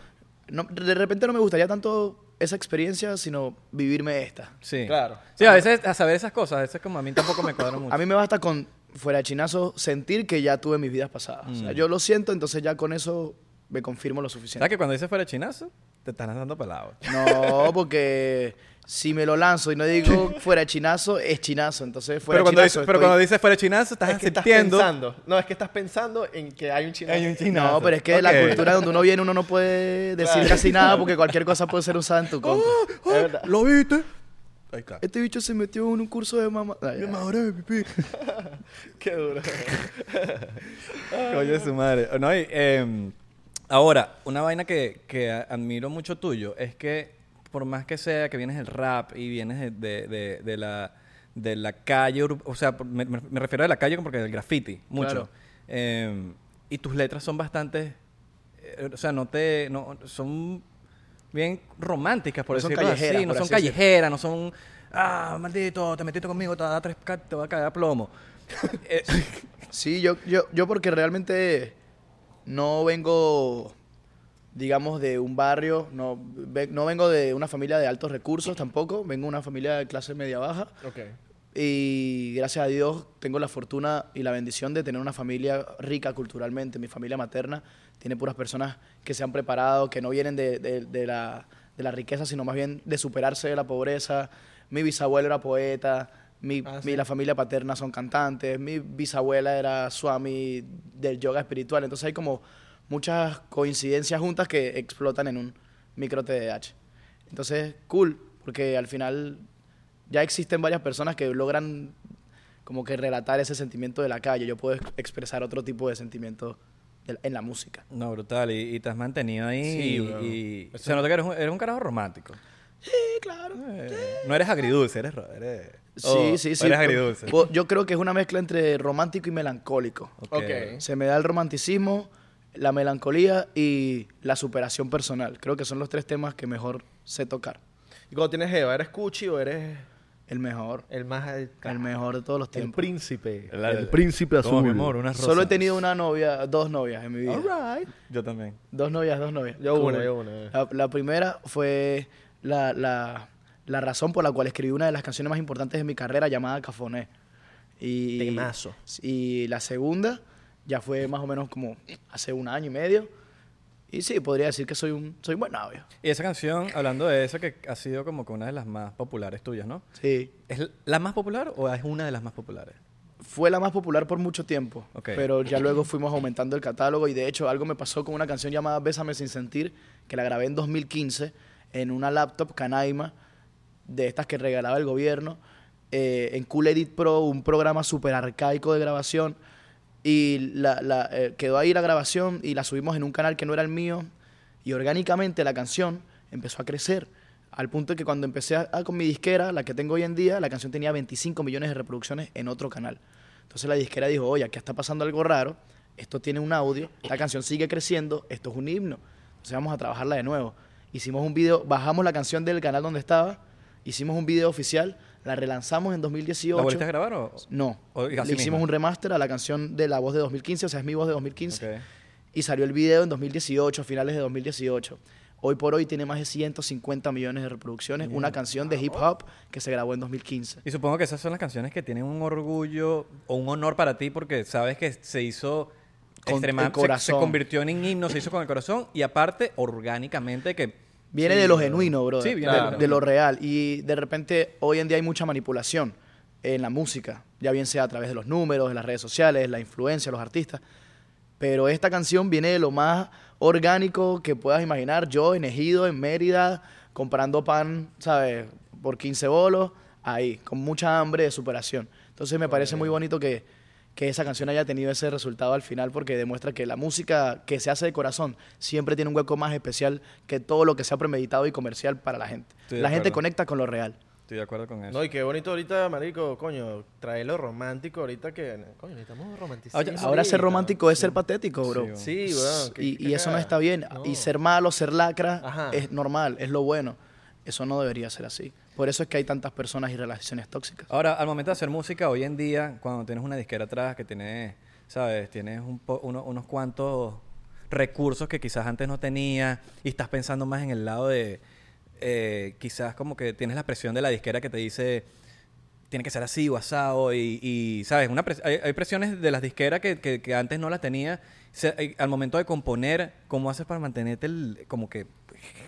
Speaker 3: no- de repente no me gustaría tanto esa experiencia, sino vivirme esta.
Speaker 1: Sí.
Speaker 2: Claro.
Speaker 1: Sí, a veces a saber esas cosas, a veces como a mí tampoco me cuadra mucho.
Speaker 3: A mí me basta con, fuera de chinazo, sentir que ya tuve mis vidas pasadas. O
Speaker 1: Mm.
Speaker 3: sea, yo lo siento, entonces ya con eso me confirmo lo
Speaker 1: ¿Sabes
Speaker 3: suficiente.
Speaker 1: que cuando dices fuera chinazo, te están dando palabras?
Speaker 3: No, porque si me lo lanzo y no digo fuera de chinazo, es chinazo. Entonces fuera
Speaker 1: pero cuando,
Speaker 3: chinazo.
Speaker 1: dices- pero
Speaker 3: estoy-
Speaker 1: cuando dices fuera chinazo, estás
Speaker 2: Es que estás
Speaker 1: sintiendo.
Speaker 2: pensando. No, es que estás pensando en que hay un chino.
Speaker 1: Hay un chino.
Speaker 3: No, pero es que la
Speaker 1: Ok.
Speaker 3: cultura donde uno viene uno no puede decir
Speaker 2: Claro.
Speaker 3: casi nada porque cualquier cosa puede ser usada en tu contra.
Speaker 1: ¡Ah!
Speaker 2: Es verdad.
Speaker 1: ¿Lo viste? Ahí está.
Speaker 3: Este bicho se metió en un curso de mamá. Ay, ay.
Speaker 1: de pipí.
Speaker 2: Qué duro.
Speaker 1: Coño de su madre. No, y, em, ahora, una vaina que, que a- admiro mucho tuyo es que, por más que sea que vienes del rap y vienes de, de- de- de la, de la calle, ur- o sea, por- me, me- me refiero a la calle porque del graffiti, mucho.
Speaker 3: Claro.
Speaker 1: Em, y tus letras son bastante. eh, o sea, no te. No, son bien románticas, por
Speaker 3: No son
Speaker 1: decirlo así.
Speaker 3: callejeras,
Speaker 1: No
Speaker 3: por
Speaker 1: son
Speaker 3: así decirlo.
Speaker 1: callejeras, no son. Ah, maldito, te metiste conmigo, te va a dar tres ca- te va a caer a plomo. Eh,
Speaker 3: Sí, yo, yo, yo porque realmente no vengo, digamos, de un barrio, no, ve- no vengo de una familia de altos recursos tampoco, vengo de una familia de clase media baja
Speaker 2: ok.
Speaker 3: y gracias a Dios tengo la fortuna y la bendición de tener una familia rica culturalmente. Mi familia materna tiene puras personas que se han preparado, que no vienen de, de- de la, de la riqueza, sino más bien de superarse de la pobreza. Mi bisabuelo era poeta, mi,
Speaker 2: Ah,
Speaker 3: mi-
Speaker 2: sí.
Speaker 3: la familia paterna son cantantes, mi bisabuela era swami del yoga espiritual. Entonces hay como muchas coincidencias juntas que explotan en un micro TDAH. Entonces, cool, porque al final ya existen varias personas que logran como que relatar ese sentimiento de la calle. Yo puedo ex- expresar otro tipo de sentimiento de la- en la música.
Speaker 1: No, brutal. Y, y te has mantenido ahí.
Speaker 2: Sí,
Speaker 1: y-
Speaker 2: bro.
Speaker 1: y,
Speaker 2: Eso-
Speaker 1: se nota que eres un, eres un carajo romántico.
Speaker 3: Sí, claro.
Speaker 1: Eh, no eres agridulce, eres... ro- eres
Speaker 3: Sí,
Speaker 1: o-
Speaker 3: sí,
Speaker 1: o
Speaker 3: sí.
Speaker 1: Oh, Eres agridulce.
Speaker 3: Po- Yo creo que es una mezcla entre romántico y melancólico.
Speaker 1: Ok.
Speaker 2: Ok.
Speaker 3: Se me da el romanticismo, la melancolía y la superación personal. Creo que son los tres temas que mejor sé tocar.
Speaker 2: ¿Y cuando tienes Eva, eres cuchi o eres
Speaker 3: El mejor,
Speaker 2: el más... El,
Speaker 3: el mejor de todos los
Speaker 2: el
Speaker 3: tiempos.
Speaker 2: príncipe.
Speaker 1: El- el-
Speaker 2: príncipe
Speaker 1: Como, mi amor, unas
Speaker 3: Solo he
Speaker 1: rosas.
Speaker 3: tenido una novia, dos novias en mi vida.
Speaker 2: Alright.
Speaker 1: Yo también.
Speaker 3: Dos novias, dos novias.
Speaker 2: Yo una,
Speaker 3: Cool.
Speaker 2: yo una. eh.
Speaker 3: La, la primera fue la, la- la razón por la cual escribí una de las canciones más importantes de mi carrera llamada Cafoné. Y,
Speaker 2: Temazo.
Speaker 3: Y la segunda ya fue más o menos como hace un año y medio. Y sí, podría decir que soy un, soy un buen novio.
Speaker 1: Y esa canción, hablando de esa, que ha sido como que una de las más populares tuyas, ¿no?
Speaker 3: Sí.
Speaker 1: ¿Es la más popular o es una de las más populares?
Speaker 3: Fue la más popular por mucho tiempo.
Speaker 1: Ok.
Speaker 3: Pero ya luego fuimos aumentando el catálogo. Y de hecho, algo me pasó con una canción llamada Bésame sin sentir, que la grabé en 2015 en una laptop Canaima, de estas que regalaba el gobierno, eh, en Cool Edit Pro, un programa súper arcaico de grabación. Y la, la, eh, quedó ahí la grabación y la subimos en un canal que no era el mío. Y orgánicamente la canción empezó a crecer. Al punto de que cuando empecé a- a- con mi disquera, la que tengo hoy en día, la canción tenía 25 millones de reproducciones en otro canal. Entonces la disquera dijo, oye, aquí está pasando algo raro, esto tiene un audio, la canción sigue creciendo, esto es un himno. Entonces vamos a trabajarla de nuevo. Hicimos un video, bajamos la canción del canal donde estaba, hicimos un video oficial, la relanzamos en 2018.
Speaker 1: ¿La volviste a grabar o...?
Speaker 3: No.
Speaker 1: O- y
Speaker 3: Le
Speaker 1: así
Speaker 3: hicimos
Speaker 1: mismo.
Speaker 3: un remaster a la canción de la voz de 2015, o sea, es mi voz de 2015.
Speaker 1: Ok.
Speaker 3: Y salió el video en 2018, a finales de 2018. Hoy por hoy tiene más de 150 millones de reproducciones. Una canción
Speaker 1: Ah,
Speaker 3: de hip
Speaker 1: oh.
Speaker 3: hop que se grabó en 2015.
Speaker 1: Y supongo que esas son las canciones que tienen un orgullo o un honor para ti porque sabes que se hizo
Speaker 3: Con
Speaker 1: extrema-
Speaker 3: el
Speaker 1: se- Se,
Speaker 3: corazón.
Speaker 1: convirtió en un himno, se hizo con el corazón y aparte orgánicamente que
Speaker 3: Viene
Speaker 1: Sí,
Speaker 3: de lo
Speaker 1: bro.
Speaker 3: genuino, bro.
Speaker 1: Sí, viene
Speaker 3: de,
Speaker 1: de lo
Speaker 3: de lo real. Y de repente, hoy en día hay mucha manipulación en la música. Ya bien sea a través de los números, de las redes sociales, la influencia, los artistas. Pero esta canción viene de lo más orgánico que puedas imaginar. Yo en Ejido, en Mérida, comprando pan, ¿sabes? Por 15 bolos, ahí, con mucha hambre de superación. Entonces me parece muy bonito que, que esa canción haya tenido ese resultado al final porque demuestra que la música que se hace de corazón siempre tiene un hueco más especial que todo lo que sea premeditado y comercial para la gente.
Speaker 1: Estoy de
Speaker 3: La gente
Speaker 1: acuerdo.
Speaker 3: conecta con lo real.
Speaker 1: Estoy de acuerdo con eso.
Speaker 2: No, y qué bonito ahorita, marico, coño, trae lo romántico ahorita que... Coño, necesitamos romanticismo.
Speaker 1: Oye,
Speaker 3: Ahora ser
Speaker 2: ahorita.
Speaker 3: romántico es ser patético, bro.
Speaker 1: weón.
Speaker 2: Sí, weón. qué-
Speaker 3: y,
Speaker 2: qué
Speaker 3: y eso no
Speaker 2: cagada.
Speaker 3: está bien.
Speaker 2: No.
Speaker 3: Y ser malo, ser lacra,
Speaker 2: Ajá.
Speaker 3: es normal, es lo bueno. Eso no debería ser así. Por eso es que hay tantas personas y relaciones tóxicas.
Speaker 1: Ahora, al momento de hacer música, hoy en día, cuando tienes una disquera atrás, que tienes, ¿sabes? Tienes un po- uno- unos cuantos recursos que quizás antes no tenías y estás pensando más en el lado de, eh, quizás como que tienes la presión de la disquera que te dice, tiene que ser así o asado y, y, ¿sabes? Una pres- hay, hay presiones de las disqueras que, que- que antes no las tenía. Se- hay- al momento de componer, ¿cómo haces para mantenerte el- como que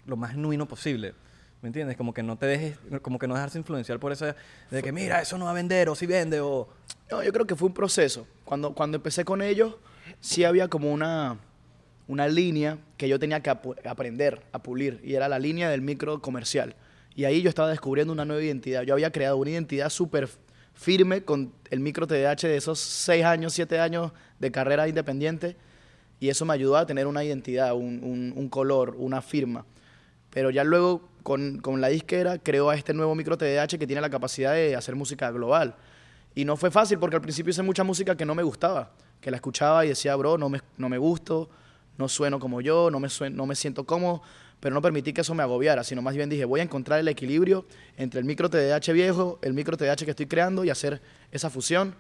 Speaker 1: lo más genuino posible? ¿Me entiendes? Como que no te dejes, como que no dejarse influenciar por esa de que mira, eso no va a vender o si vende o...
Speaker 3: No, yo creo que fue un proceso. Cuando, cuando empecé con ellos, sí había como una, una línea que yo tenía que apu- aprender a pulir. Y era la línea del micro comercial. Y ahí yo estaba descubriendo una nueva identidad. Yo había creado una identidad súper firme con el micro TDH de esos seis años, siete años de carrera independiente. Y eso me ayudó a tener una identidad, un, un- un color, una firma. Pero ya luego con, con la disquera creó a este nuevo micro TDH que tiene la capacidad de hacer música global. Y no fue fácil porque al principio hice mucha música que no me gustaba, que la escuchaba y decía, bro, no me, no me gusto, no sueno como yo, no me, suen- no me siento cómodo, pero no permití que eso me agobiara, sino más bien dije, voy a encontrar el equilibrio entre el micro TDH viejo, el micro TDH que estoy creando y hacer esa fusión.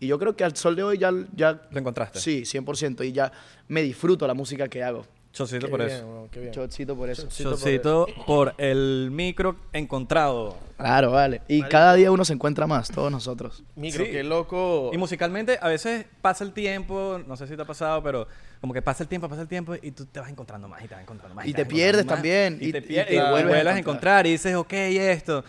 Speaker 3: Y yo creo que al sol de hoy ya, ya
Speaker 1: ¿Lo encontraste?
Speaker 3: Sí, 100%. Y ya me disfruto la música que hago.
Speaker 1: Chocito
Speaker 2: Qué
Speaker 1: por
Speaker 2: bien,
Speaker 1: eso.
Speaker 2: weón, qué bien.
Speaker 3: Chocito por eso.
Speaker 2: Chocito por
Speaker 1: Chocito por el micro encontrado.
Speaker 3: Claro, vale. Y cada día uno se encuentra más, todos nosotros.
Speaker 2: Micro,
Speaker 1: Sí.
Speaker 2: qué loco.
Speaker 1: Y musicalmente, a veces pasa el tiempo, no sé si te ha pasado, pero como que pasa el tiempo, pasa el tiempo y tú te vas encontrando más y te vas encontrando más.
Speaker 3: Y
Speaker 1: vas
Speaker 3: te pierdes
Speaker 1: encontrando
Speaker 3: también,
Speaker 1: Y,
Speaker 3: y-
Speaker 1: te
Speaker 3: y
Speaker 1: pierdes
Speaker 3: te
Speaker 1: y,
Speaker 3: vuelves a
Speaker 1: vuelves a
Speaker 3: encontrar.
Speaker 1: encontrar y dices, ok, esto.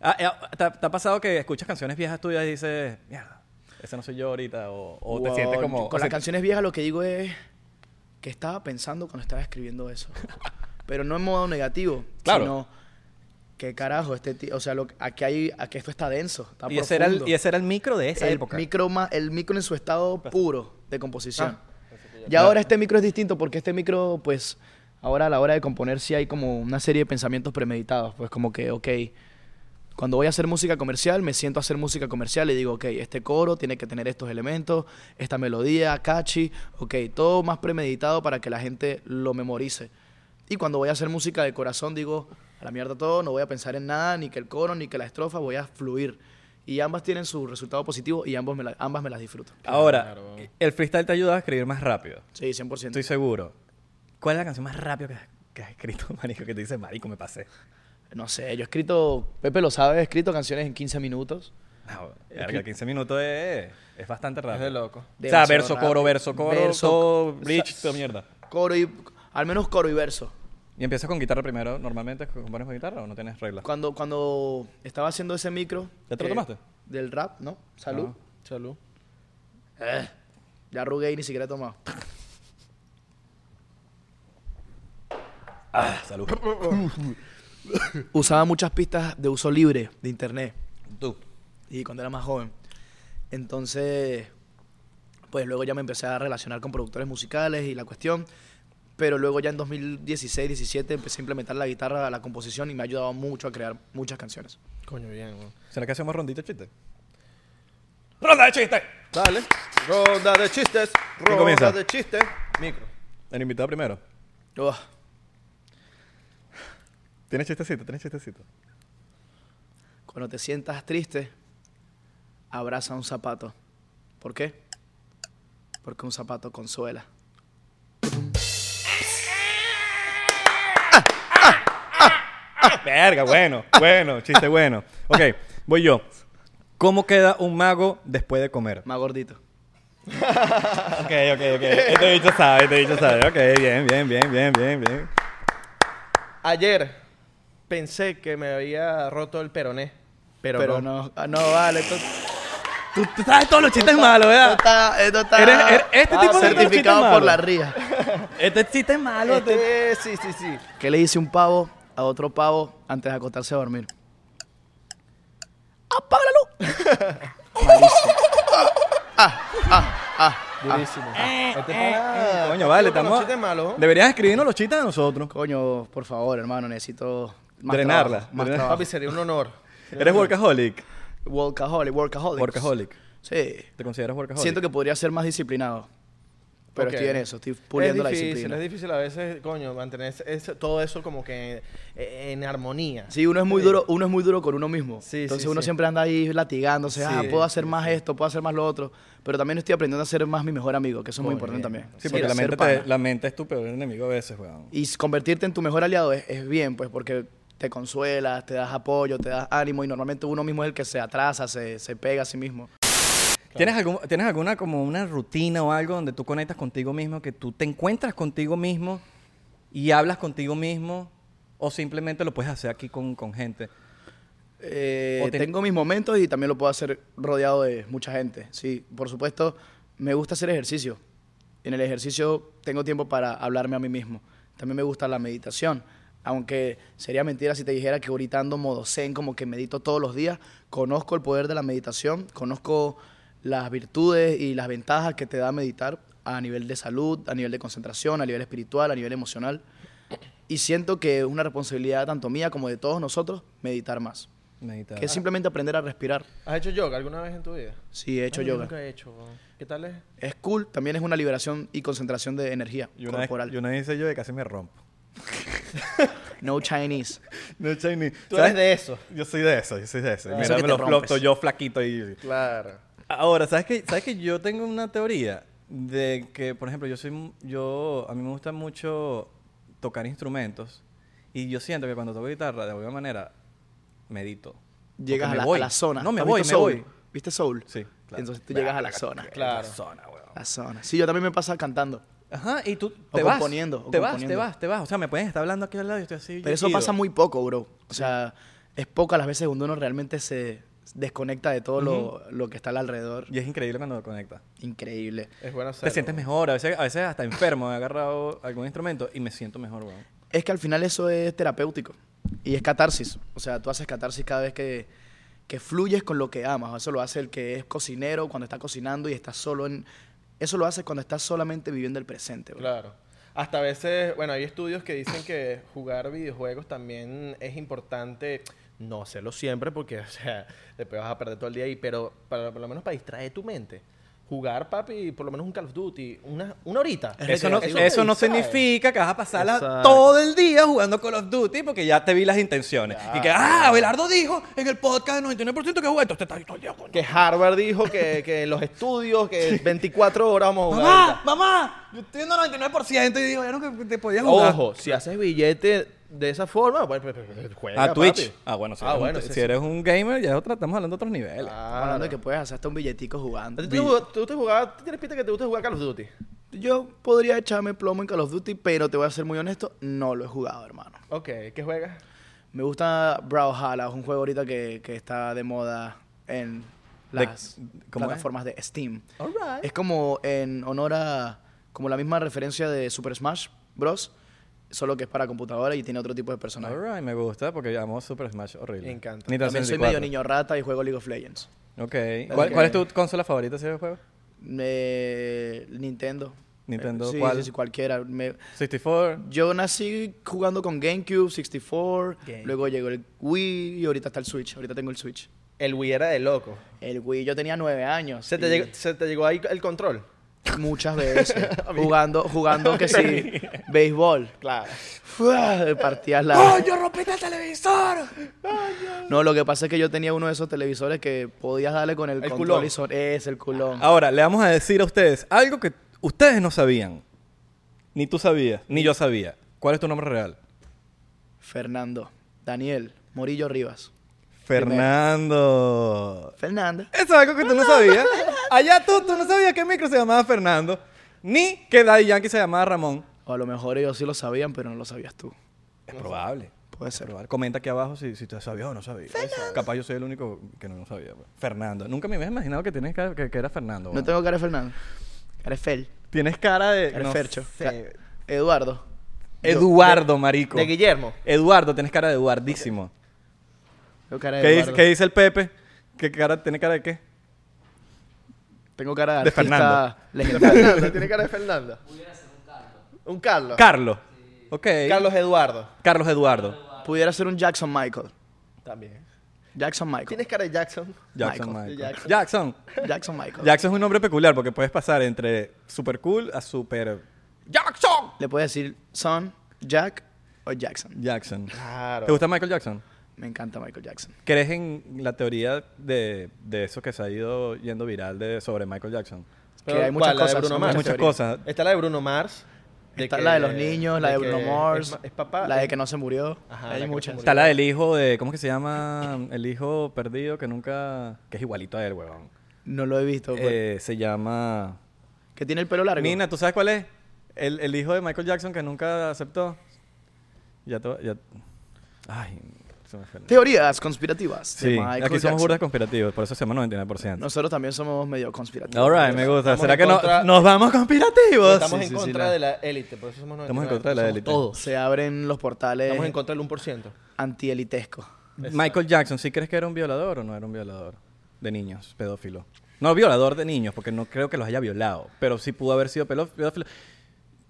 Speaker 1: Ah, eh, ah, ¿te, ha- te ha pasado que escuchas canciones viejas tuyas y dices, mierda, ese no soy yo ahorita? O, o te
Speaker 3: Wow,
Speaker 1: sientes como.
Speaker 3: Con
Speaker 1: o
Speaker 3: las
Speaker 1: sea,
Speaker 3: canciones viejas lo que digo es que estaba pensando cuando estaba escribiendo eso. Pero no en modo negativo,
Speaker 1: Claro.
Speaker 3: sino que carajo, este tío, o sea, lo, aquí hay, aquí esto está denso, está
Speaker 1: y, ese era el,
Speaker 3: profundo.
Speaker 1: y ese era el micro de esa
Speaker 3: el
Speaker 1: época.
Speaker 3: Micro ma- el micro en su estado puro de composición. y
Speaker 1: Ah, ya-
Speaker 3: ahora este micro es distinto porque este micro, pues, ahora a la hora de componer sí hay como una serie de pensamientos premeditados. Pues como que, ok, cuando voy a hacer música comercial, me siento a hacer música comercial y digo, ok, este coro tiene que tener estos elementos, esta melodía, catchy, ok, todo más premeditado para que la gente lo memorice. Y cuando voy a hacer música de corazón, digo, a la mierda todo, no voy a pensar en nada, ni que el coro, ni que la estrofa, voy a fluir. Y ambas tienen su resultado positivo y ambos me la- ambas me las disfruto.
Speaker 1: Ahora, el freestyle te ayuda a escribir más rápido.
Speaker 3: Sí, 100%.
Speaker 1: Estoy seguro. ¿Cuál es la canción más rápida que, has- que has escrito, marico? Que te dices, marico, me pasé.
Speaker 3: No sé, yo he escrito, Pepe lo sabe, he escrito canciones en 15 minutos.
Speaker 1: No, Ah, verga, 15 minutos es, es bastante
Speaker 2: Es de
Speaker 1: rápido.
Speaker 2: loco.
Speaker 1: O sea,
Speaker 3: Demasiado
Speaker 1: verso,
Speaker 3: rápido.
Speaker 1: coro, verso, coro,
Speaker 3: Verso-
Speaker 1: todo, bridge, toda mierda.
Speaker 3: Coro y. Al menos coro y verso.
Speaker 1: ¿Y empiezas con guitarra primero? ¿Normalmente compones con guitarra o no tienes reglas?
Speaker 3: Cuando, cuando estaba haciendo ese micro.
Speaker 1: ¿Ya te lo
Speaker 3: que-
Speaker 1: tomaste? Ah.
Speaker 3: Del rap, ¿no? Salud.
Speaker 1: No.
Speaker 2: Salud.
Speaker 3: Eh, ya arrugué y ni siquiera he tomado.
Speaker 1: Ah, salud.
Speaker 3: Usaba muchas pistas de uso libre de internet.
Speaker 1: Tú.
Speaker 3: Y cuando era más joven. Entonces, pues luego ya me empecé a relacionar con productores musicales y la cuestión. Pero luego ya en 2016, 17 empecé a implementar la guitarra, la composición y me ha ayudado mucho a crear muchas canciones.
Speaker 2: Coño, bien, weón.
Speaker 1: ¿Será que hacemos rondita de chiste? ¡Ronda de chiste!
Speaker 2: Dale. Ronda de chistes. Ronda
Speaker 1: comienza?
Speaker 2: de chistes. Micro.
Speaker 1: El invitado primero.
Speaker 3: Ugh.
Speaker 1: Tienes chistecito, tienes chistecito.
Speaker 3: Cuando te sientas triste, abraza un zapato. ¿Por qué? Porque un zapato consuela.
Speaker 1: Verga, bueno, bueno, chiste bueno. Ok, voy yo. ¿Cómo queda un mago después de comer?
Speaker 3: Más gordito.
Speaker 1: Ok, ok, ok. Este bicho sabe, este bicho sabe. Ok, bien, bien, bien, bien, bien, bien.
Speaker 2: Ayer pensé que me había roto el peroné. Pero,
Speaker 3: Pero,
Speaker 2: no.
Speaker 3: no. ah, no, vale. Esto,
Speaker 1: Tú, tú sabes todos los chistes malos,
Speaker 3: esto
Speaker 1: ¿verdad?
Speaker 3: está, esto está
Speaker 1: Eres- eres- este
Speaker 3: ah,
Speaker 1: tipo de
Speaker 3: certificado
Speaker 1: chiste
Speaker 3: por
Speaker 1: malo.
Speaker 3: la ría.
Speaker 1: Este chiste es malo. te-
Speaker 2: Este, sí, sí, sí.
Speaker 3: ¿Qué le dice un pavo a otro pavo antes de acostarse a dormir? ¡Apaga la luz! Malísimo.
Speaker 2: Durísimo. Este
Speaker 1: eh,
Speaker 2: pana-
Speaker 1: Coño, vale,
Speaker 2: Digo, con los
Speaker 1: estamos.
Speaker 2: chistes malos.
Speaker 1: Deberías escribirnos los chistes a nosotros.
Speaker 3: Coño, por favor, hermano, necesito más
Speaker 1: Drenarla,
Speaker 3: trabajo, más
Speaker 1: drenar-
Speaker 3: trabajo.
Speaker 2: Papi, sería un honor.
Speaker 1: Eres workaholic.
Speaker 3: Workaholic, workaholic.
Speaker 1: Workaholic.
Speaker 3: Sí.
Speaker 1: ¿Te consideras workaholic?
Speaker 3: Siento que podría ser más disciplinado. Pero
Speaker 2: Ok.
Speaker 3: estoy en eso, estoy puliendo
Speaker 2: es difícil,
Speaker 3: la disciplina.
Speaker 2: Es difícil a veces, coño, mantener ese- ese- todo eso como que eh, en armonía.
Speaker 3: Sí, uno es muy duro, uno es muy duro con uno mismo.
Speaker 2: Eh, Sí,
Speaker 3: Entonces
Speaker 2: sí,
Speaker 3: uno
Speaker 2: sí.
Speaker 3: siempre anda ahí latigándose, ah,
Speaker 2: Sí,
Speaker 3: puedo hacer más esto, puedo hacer más lo otro, pero también estoy aprendiendo a ser más mi mejor amigo, que eso es muy
Speaker 2: Coño,
Speaker 3: importante
Speaker 2: bien.
Speaker 3: también.
Speaker 1: Sí, porque
Speaker 3: Ser
Speaker 1: la mente,
Speaker 3: pana.
Speaker 1: te- la mente es tu peor enemigo a veces, weón.
Speaker 3: Y s- convertirte en tu mejor aliado es, es bien, pues, porque te consuelas, te das apoyo, te das ánimo y normalmente uno mismo es el que se atrasa, se, se pega a sí mismo.
Speaker 1: ¿Tienes, algún- ¿Tienes alguna como una rutina o algo donde tú conectas contigo mismo, que tú te encuentras contigo mismo y hablas contigo mismo o simplemente lo puedes hacer aquí con, con gente?
Speaker 3: Eh,
Speaker 1: O te-
Speaker 3: Tengo mis momentos y también lo puedo hacer rodeado de mucha gente. Sí, por supuesto, me gusta hacer ejercicio. En el ejercicio tengo tiempo para hablarme a mí mismo. También me gusta la meditación. Aunque sería mentira si te dijera que ahorita ando modo zen, como que medito todos los días. Conozco el poder de la meditación, conozco las virtudes y las ventajas que te da meditar a nivel de salud, a nivel de concentración, a nivel espiritual, a nivel emocional. Y siento que es una responsabilidad tanto mía como de todos nosotros meditar más.
Speaker 1: Meditar.
Speaker 3: Que es simplemente aprender a respirar.
Speaker 2: ¿Has hecho yoga alguna vez en tu vida?
Speaker 3: Sí, he hecho
Speaker 2: Ah, yo
Speaker 3: yoga.
Speaker 2: Nunca he hecho. weón. ¿Qué tal es?
Speaker 3: Es cool, también es una liberación y concentración de energía
Speaker 1: Y una, vez,
Speaker 3: corporal.
Speaker 1: y una vez hice yo de casi me rompo.
Speaker 3: No Chinese.
Speaker 1: No, Chinese.
Speaker 2: Tú
Speaker 1: ¿Sabes?
Speaker 2: eres de eso.
Speaker 1: Yo soy de eso, yo soy de eso. Y
Speaker 3: Ah. Eso
Speaker 1: Mira,
Speaker 3: que
Speaker 1: me
Speaker 3: te
Speaker 1: lo
Speaker 3: rompes.
Speaker 1: floto yo flaquito y...
Speaker 2: Claro.
Speaker 1: Ahora, ¿sabes qué? ¿Sabes que yo tengo una teoría de que, por ejemplo, yo soy m- yo a mí me gusta mucho tocar instrumentos y yo siento que cuando toco guitarra de alguna manera medito. Porque
Speaker 3: Llegas a
Speaker 1: me
Speaker 3: la,
Speaker 1: voy.
Speaker 3: a la zona.
Speaker 1: No, me
Speaker 3: ¿Has
Speaker 1: voy,
Speaker 3: visto
Speaker 1: me
Speaker 3: Soul?
Speaker 1: voy.
Speaker 3: ¿Viste Soul?
Speaker 1: Sí, claro.
Speaker 3: Entonces tú llegas a la zona.
Speaker 2: Claro.
Speaker 1: Zona, weón.
Speaker 3: La zona. Sí, yo también me pasa cantando.
Speaker 1: Ajá, y tú
Speaker 3: O
Speaker 1: te vas,
Speaker 3: componiendo, o
Speaker 1: te vas, te
Speaker 3: componiendo.
Speaker 1: vas, te vas, o sea, me pueden estar hablando aquí al lado y estoy así.
Speaker 3: Pero eso
Speaker 1: ido.
Speaker 3: pasa muy poco, bro. O sea, es pocas las veces donde uno realmente se desconecta de todo lo- lo, que está al alrededor.
Speaker 1: y es increíble cuando lo conectas.
Speaker 3: Increíble.
Speaker 2: Es bueno
Speaker 1: Te
Speaker 2: hacerlo,
Speaker 1: sientes
Speaker 2: weón.
Speaker 1: mejor, a veces, a veces hasta enfermo, he agarrado algún instrumento y me siento mejor, weón.
Speaker 3: Es que al final eso es terapéutico y es catarsis. O sea, tú haces catarsis cada vez que, que fluyes con lo que amas. Eso lo hace el que es cocinero cuando está cocinando y está solo en. Eso lo hace cuando estás solamente viviendo el presente. bro.
Speaker 2: Claro. Hasta a veces, bueno, hay estudios que dicen que jugar videojuegos también es importante. No hacerlo siempre porque, o sea, después vas a perder todo el día ahí, pero para, por lo menos para distraer tu mente. Jugar, papi, por lo menos un Call of Duty, una, una horita.
Speaker 1: Eso no,
Speaker 2: te
Speaker 1: eso no
Speaker 2: distrae.
Speaker 1: significa que vas a pasar la-
Speaker 2: Exacto.
Speaker 1: todo el día jugando Call of Duty porque ya te vi las intenciones. Y que, ah, Abelardo dijo en el podcast del 99% que juega esto. Te está ahí todo el día, coño.
Speaker 2: Que Harvard dijo que, que en los estudios, que 24 horas vamos a jugar.
Speaker 1: Mamá, mamá, yo estoy en el 99% y digo, ya no que te podías jugar.
Speaker 2: Ojo, si haces billete, de esa forma, bueno, pues, pues, pues, juega,
Speaker 1: A Twitch.
Speaker 2: papi.
Speaker 1: Ah, bueno, si,
Speaker 2: Ah,
Speaker 1: eres, un-
Speaker 2: bueno, sí, Ah,
Speaker 1: si
Speaker 2: sí.
Speaker 1: eres un gamer, ya es otra, estamos hablando de otros niveles.
Speaker 3: Estamos
Speaker 2: Claro.
Speaker 3: hablando de que puedes hacer hasta un billetico
Speaker 2: ¿A
Speaker 3: jugando.
Speaker 2: ti te gusta- ¿Tú te jugabas, tú tienes pinta que te gusta jugar Call of Duty?
Speaker 3: Yo podría echarme plomo en Call of Duty, pero te voy a ser muy honesto, no lo he jugado, hermano.
Speaker 2: Ok, ¿qué juegas?
Speaker 3: Me gusta Brawlhalla, es un juego ahorita que, que está de moda en
Speaker 1: De-
Speaker 3: las
Speaker 1: ¿cómo es?
Speaker 3: plataformas de Steam.
Speaker 2: Alright.
Speaker 3: Es como en honor a como la misma referencia de Super Smash Bros, solo que es para computadora y tiene otro tipo de personaje.
Speaker 1: Alright, me gusta porque yo amo Super Smash horrible.
Speaker 2: Me encanta.
Speaker 1: Nintendo
Speaker 3: También soy
Speaker 1: 64.
Speaker 3: medio niño rata y juego League of Legends.
Speaker 1: Ok. ¿Cuál,
Speaker 3: Ok.
Speaker 1: cuál es tu consola favorita si eres juego?
Speaker 3: Eh, Nintendo.
Speaker 1: Nintendo,
Speaker 3: Eh, sí,
Speaker 1: ¿cuál?
Speaker 3: sí, sí, cualquiera. Me-
Speaker 1: 64.
Speaker 3: yo nací jugando con GameCube, 64,
Speaker 2: Game.
Speaker 3: luego llegó el Wii y ahorita está el Switch. Ahorita tengo el Switch.
Speaker 2: El Wii era de loco.
Speaker 3: El Wii yo tenía nueve años.
Speaker 2: ¿Se te,
Speaker 3: y
Speaker 2: llegó, se te llegó ahí el control?
Speaker 3: Muchas veces. jugando, jugando que sí, béisbol.
Speaker 2: Claro.
Speaker 3: Fua, Partías
Speaker 2: Ah.
Speaker 3: la...
Speaker 1: yo rompiste el televisor!
Speaker 3: No, lo que pasa es que yo tenía uno de esos televisores que podías darle con el,
Speaker 2: El
Speaker 3: control
Speaker 2: culón.
Speaker 3: y son... Es el culón.
Speaker 1: Ahora, le vamos a decir a ustedes algo que ustedes no sabían. Ni tú sabías, ni yo sabía. ¿Cuál es tu nombre real?
Speaker 3: Fernando, Daniel, Morillo Rivas.
Speaker 1: Fernando.
Speaker 3: Fernando.
Speaker 1: Eso es algo que tú no sabías. Allá tú, tú no sabías que micro se llamaba Fernando, ni que Daddy Yankee se llamaba Ramón.
Speaker 3: O a lo mejor ellos sí lo sabían, pero no lo sabías tú.
Speaker 1: Es probable.
Speaker 3: Puede
Speaker 1: Es
Speaker 3: ser.
Speaker 1: probable. Comenta aquí abajo si, si tú sabías o no sabías. Capaz yo soy el único que no, no sabía. pues. Fernando. Nunca me habías imaginado que, tienes cara- que, que era Fernando.
Speaker 3: No
Speaker 1: weón.
Speaker 3: tengo cara de Fernando. Cara de Fel.
Speaker 1: Tienes cara de...
Speaker 3: Cara de
Speaker 1: no
Speaker 3: Fercho.
Speaker 1: sé.
Speaker 3: Ca- Eduardo.
Speaker 1: Eduardo, marico.
Speaker 2: De Guillermo.
Speaker 1: Eduardo, tienes cara de Eduardísimo.
Speaker 3: Tengo cara de
Speaker 1: ¿Qué dice,
Speaker 3: Eduardo.
Speaker 1: qué dice el Pepe? ¿Qué cara, ¿Tiene cara de qué?
Speaker 3: Tengo cara de,
Speaker 1: De
Speaker 3: artista
Speaker 1: Fernando.
Speaker 3: legendario.
Speaker 2: Fernando, tiene cara de Fernando. Un Carlos.
Speaker 1: Carlos. Ok.
Speaker 2: Carlos Eduardo.
Speaker 1: Carlos Eduardo.
Speaker 3: Pudiera ser un Jackson Michael.
Speaker 2: También.
Speaker 3: Jackson Michael.
Speaker 2: ¿Tienes cara de Jackson?
Speaker 1: Jackson
Speaker 3: Michael.
Speaker 1: Michael.
Speaker 2: Jackson.
Speaker 1: Jackson.
Speaker 3: Jackson Michael.
Speaker 1: Jackson es un nombre peculiar porque puedes pasar entre super cool a super Jackson.
Speaker 3: Le puedes decir Son, Jack o Jackson.
Speaker 1: Jackson.
Speaker 2: Claro.
Speaker 1: ¿Te gusta Michael Jackson?
Speaker 3: Me encanta Michael Jackson.
Speaker 1: ¿Crees en la teoría de, de eso que se ha ido yendo viral de, sobre Michael Jackson?
Speaker 2: Pero,
Speaker 3: que hay muchas
Speaker 2: ¿cuál? La de
Speaker 3: cosas.
Speaker 2: Bruno
Speaker 3: son
Speaker 2: Mars.
Speaker 3: muchas
Speaker 1: Muchas
Speaker 3: teorías.
Speaker 1: cosas.
Speaker 2: Está la de Bruno Mars.
Speaker 3: Está
Speaker 2: que-
Speaker 3: la de los niños, la de Bruno
Speaker 2: que
Speaker 3: Mars.
Speaker 2: Es, ma- es papá.
Speaker 3: La de que no se murió.
Speaker 2: Ajá, la
Speaker 3: hay
Speaker 2: que no
Speaker 3: muchas.
Speaker 2: se
Speaker 1: Está la del hijo de... ¿Cómo es que se llama? El hijo perdido que nunca... Que es igualito a él, huevón.
Speaker 3: No lo he visto. pues.
Speaker 1: Eh, se llama...
Speaker 3: que tiene el pelo largo.
Speaker 1: Nina, ¿tú sabes cuál es? El, el hijo de Michael Jackson que nunca aceptó. Ya te... Ya... Ay, se me fue el-
Speaker 3: Teorías conspirativas. de
Speaker 1: Sí,
Speaker 3: Michael
Speaker 1: aquí somos
Speaker 3: Jackson.
Speaker 1: burdas conspirativos, por eso se llama 99%.
Speaker 3: Nosotros también somos medio conspirativos.
Speaker 1: All right, me gusta.
Speaker 2: Estamos
Speaker 1: ¿Será
Speaker 2: en
Speaker 1: que no-
Speaker 2: contra-
Speaker 1: nos vamos conspirativos?
Speaker 2: Estamos
Speaker 1: Sí,
Speaker 2: en
Speaker 1: sí, sí,
Speaker 2: contra
Speaker 1: la-
Speaker 2: de la élite. Por eso somos
Speaker 1: Estamos en contra de la
Speaker 2: somos
Speaker 1: élite.
Speaker 2: Todos.
Speaker 3: Se abren los portales
Speaker 2: Estamos en contra del 1%.
Speaker 3: antielitescos.
Speaker 1: Michael Jackson, ¿sí crees que era un violador o no era un violador de niños, pedófilo? No, violador de niños, porque no creo que los haya violado, pero sí pudo haber sido pelo- pedófilo.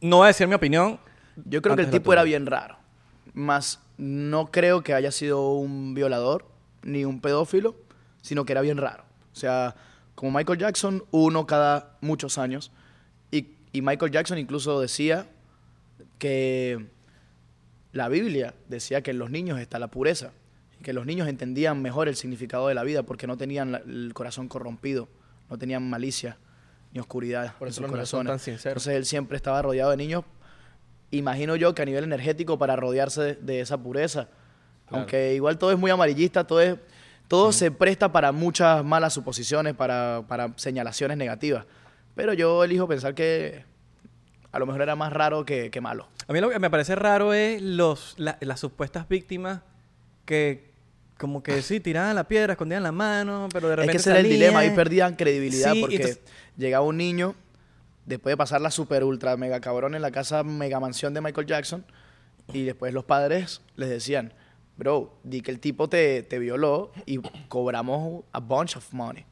Speaker 1: No voy a decir mi opinión.
Speaker 3: Yo creo que
Speaker 1: antes
Speaker 3: el
Speaker 1: de la
Speaker 3: tipo era
Speaker 1: tuya.
Speaker 3: bien raro. Más no creo que haya sido un violador ni un pedófilo, sino que era bien raro. O sea, como Michael Jackson, uno cada muchos años. Y, y Michael Jackson incluso decía que la Biblia decía que en los niños está la pureza. y Que los niños entendían mejor el significado de la vida porque no tenían la- el corazón corrompido, no tenían malicia ni oscuridad
Speaker 2: Por
Speaker 3: en
Speaker 2: eso
Speaker 3: sus
Speaker 2: los niños son
Speaker 3: corazones.
Speaker 2: tan sinceros.
Speaker 3: Entonces él siempre estaba rodeado de niños imagino yo que a nivel energético para rodearse de, de esa pureza.
Speaker 2: Claro.
Speaker 3: Aunque igual todo es muy amarillista, todo es todo se presta para muchas malas suposiciones, para, para señalaciones negativas. Pero yo elijo pensar que a lo mejor era más raro que, que malo.
Speaker 1: A mí lo que me parece raro es los, la- las supuestas víctimas que como que sí, tiraban la piedra, escondían la mano, pero de
Speaker 3: Es
Speaker 1: repente
Speaker 3: que ese era el
Speaker 1: salían.
Speaker 3: dilema, ahí perdían credibilidad
Speaker 1: Sí, y
Speaker 3: porque
Speaker 1: entonces-
Speaker 3: llegaba un niño, después de pasar la super ultra mega cabrón en la casa mega mansión de Michael Jackson, y después los padres les decían, bro, di que el tipo te, te violó y cobramos a bunch of money,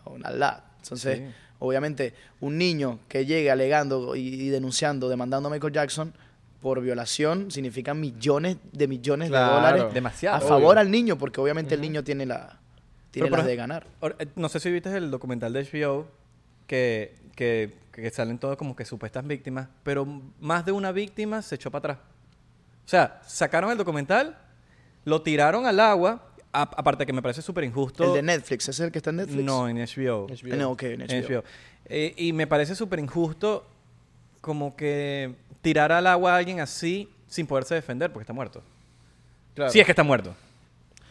Speaker 3: O sea, una lot. Entonces,
Speaker 1: Sí.
Speaker 3: obviamente, un niño que llegue alegando y, y denunciando, demandando a Michael Jackson por violación, significa millones de millones
Speaker 2: Claro.
Speaker 3: de dólares
Speaker 1: Demasiado.
Speaker 3: a favor
Speaker 2: Obvio.
Speaker 3: al niño, porque obviamente el niño tiene la... Tiene
Speaker 1: Pero, por
Speaker 3: las de
Speaker 1: ej-
Speaker 3: ganar.
Speaker 1: Ahora, eh, No sé si viste el documental de HBO que, que, que salen todas como que supuestas víctimas, pero m- más de una víctima se echó para atrás. O sea, sacaron el documental, lo tiraron al agua, a- aparte que me parece súper injusto.
Speaker 3: El de Netflix, ¿es el que está en Netflix?
Speaker 1: No, en HBO.
Speaker 2: HBO.
Speaker 3: Eh, No, ok, en
Speaker 1: En
Speaker 3: HBO.
Speaker 1: HBO. Eh, y me parece súper injusto como que tirar al agua a alguien así sin poderse defender porque está muerto.
Speaker 2: Claro,
Speaker 1: Si es que está muerto.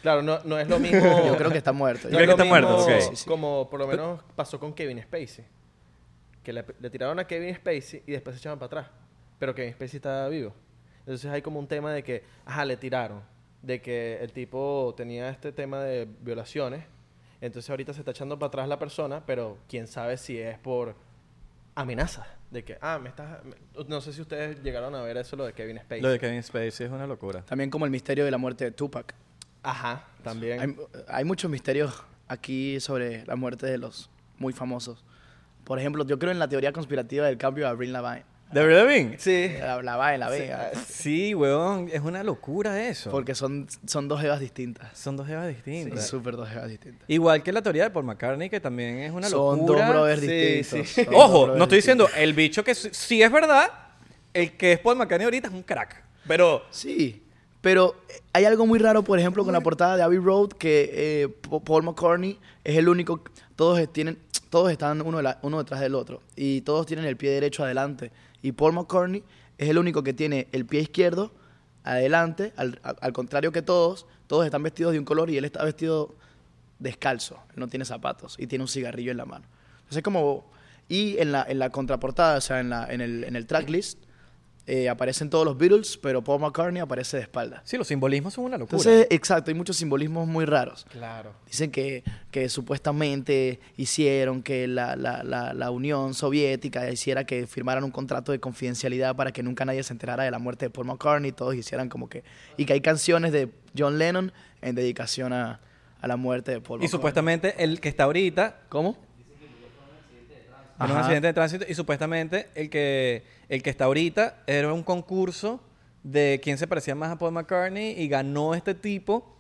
Speaker 2: claro no, no es lo mismo.
Speaker 3: Yo creo que está muerto.
Speaker 2: no
Speaker 1: Yo
Speaker 2: es
Speaker 1: creo que
Speaker 2: lo
Speaker 1: está muerto,
Speaker 2: mismo
Speaker 1: ok.
Speaker 3: Sí, sí, sí.
Speaker 2: Como por lo menos pasó con Kevin Spacey. Que le, le tiraron a Kevin Spacey y después se echaban para atrás. Pero Kevin Spacey estaba vivo. Entonces hay como un tema de que, ajá, le tiraron. De que el tipo tenía este tema de violaciones. Entonces ahorita se está echando para atrás la persona, pero quién sabe si es por amenazas. De que, ah, me estás. me- No sé si ustedes llegaron a ver eso, lo de Kevin Spacey.
Speaker 1: Lo de Kevin Spacey es una locura.
Speaker 3: También como el misterio de la muerte de Tupac.
Speaker 2: Ajá, también.
Speaker 3: Hay, hay muchos misterios aquí sobre la muerte de los muy famosos. Por ejemplo, yo creo en la teoría conspirativa del cambio de Avril Lavigne.
Speaker 1: ¿De verdad, Vin?
Speaker 2: Sí.
Speaker 3: La Lavigne, la vega.
Speaker 1: Sí, weón. Es una locura eso.
Speaker 3: Porque son, son dos evas distintas.
Speaker 1: son dos evas
Speaker 3: Son
Speaker 1: distintas.
Speaker 3: súper dos evas distintas.
Speaker 1: Igual que la teoría de Paul McCartney, que también es una
Speaker 3: Son
Speaker 1: locura.
Speaker 3: dos brothers
Speaker 2: Sí,
Speaker 3: distintos.
Speaker 2: sí.
Speaker 3: son dos
Speaker 1: Ojo,
Speaker 3: brothers
Speaker 1: no estoy
Speaker 3: distintos.
Speaker 1: diciendo el bicho que sí sí es verdad, el que es Paul McCartney ahorita es un crack. Pero
Speaker 3: Sí, pero eh, hay algo muy raro, por ejemplo, con la portada de Abbey Road, que eh, Pa- Paul McCartney es el único, todos tienen, todos están uno, de la- uno detrás del otro y todos tienen el pie derecho adelante y Paul McCartney es el único que tiene el pie izquierdo adelante, al, a- al contrario que todos, todos están vestidos de un color y él está vestido descalzo, él no tiene zapatos y tiene un cigarrillo en la mano. Entonces es como, y en la, en la contraportada, o sea, en, la, en el, en el tracklist, eh, aparecen todos los Beatles, pero Paul McCartney aparece de espalda.
Speaker 1: sí, los simbolismos son una locura.
Speaker 3: Entonces, exacto, hay muchos simbolismos muy raros.
Speaker 2: Claro.
Speaker 3: Dicen que, que supuestamente hicieron que la, la- la- la Unión Soviética hiciera que firmaran un contrato de confidencialidad para que nunca nadie se enterara de la muerte de Paul McCartney, todos hicieran como que... Y que hay canciones de John Lennon en dedicación a, a la muerte de
Speaker 1: y
Speaker 3: Paul McCartney.
Speaker 1: supuestamente el que está ahorita
Speaker 3: ¿Cómo?
Speaker 1: en un
Speaker 3: Ajá.
Speaker 1: accidente de tránsito y supuestamente el que el que está ahorita era un concurso de quién se parecía más a Paul McCartney y ganó este tipo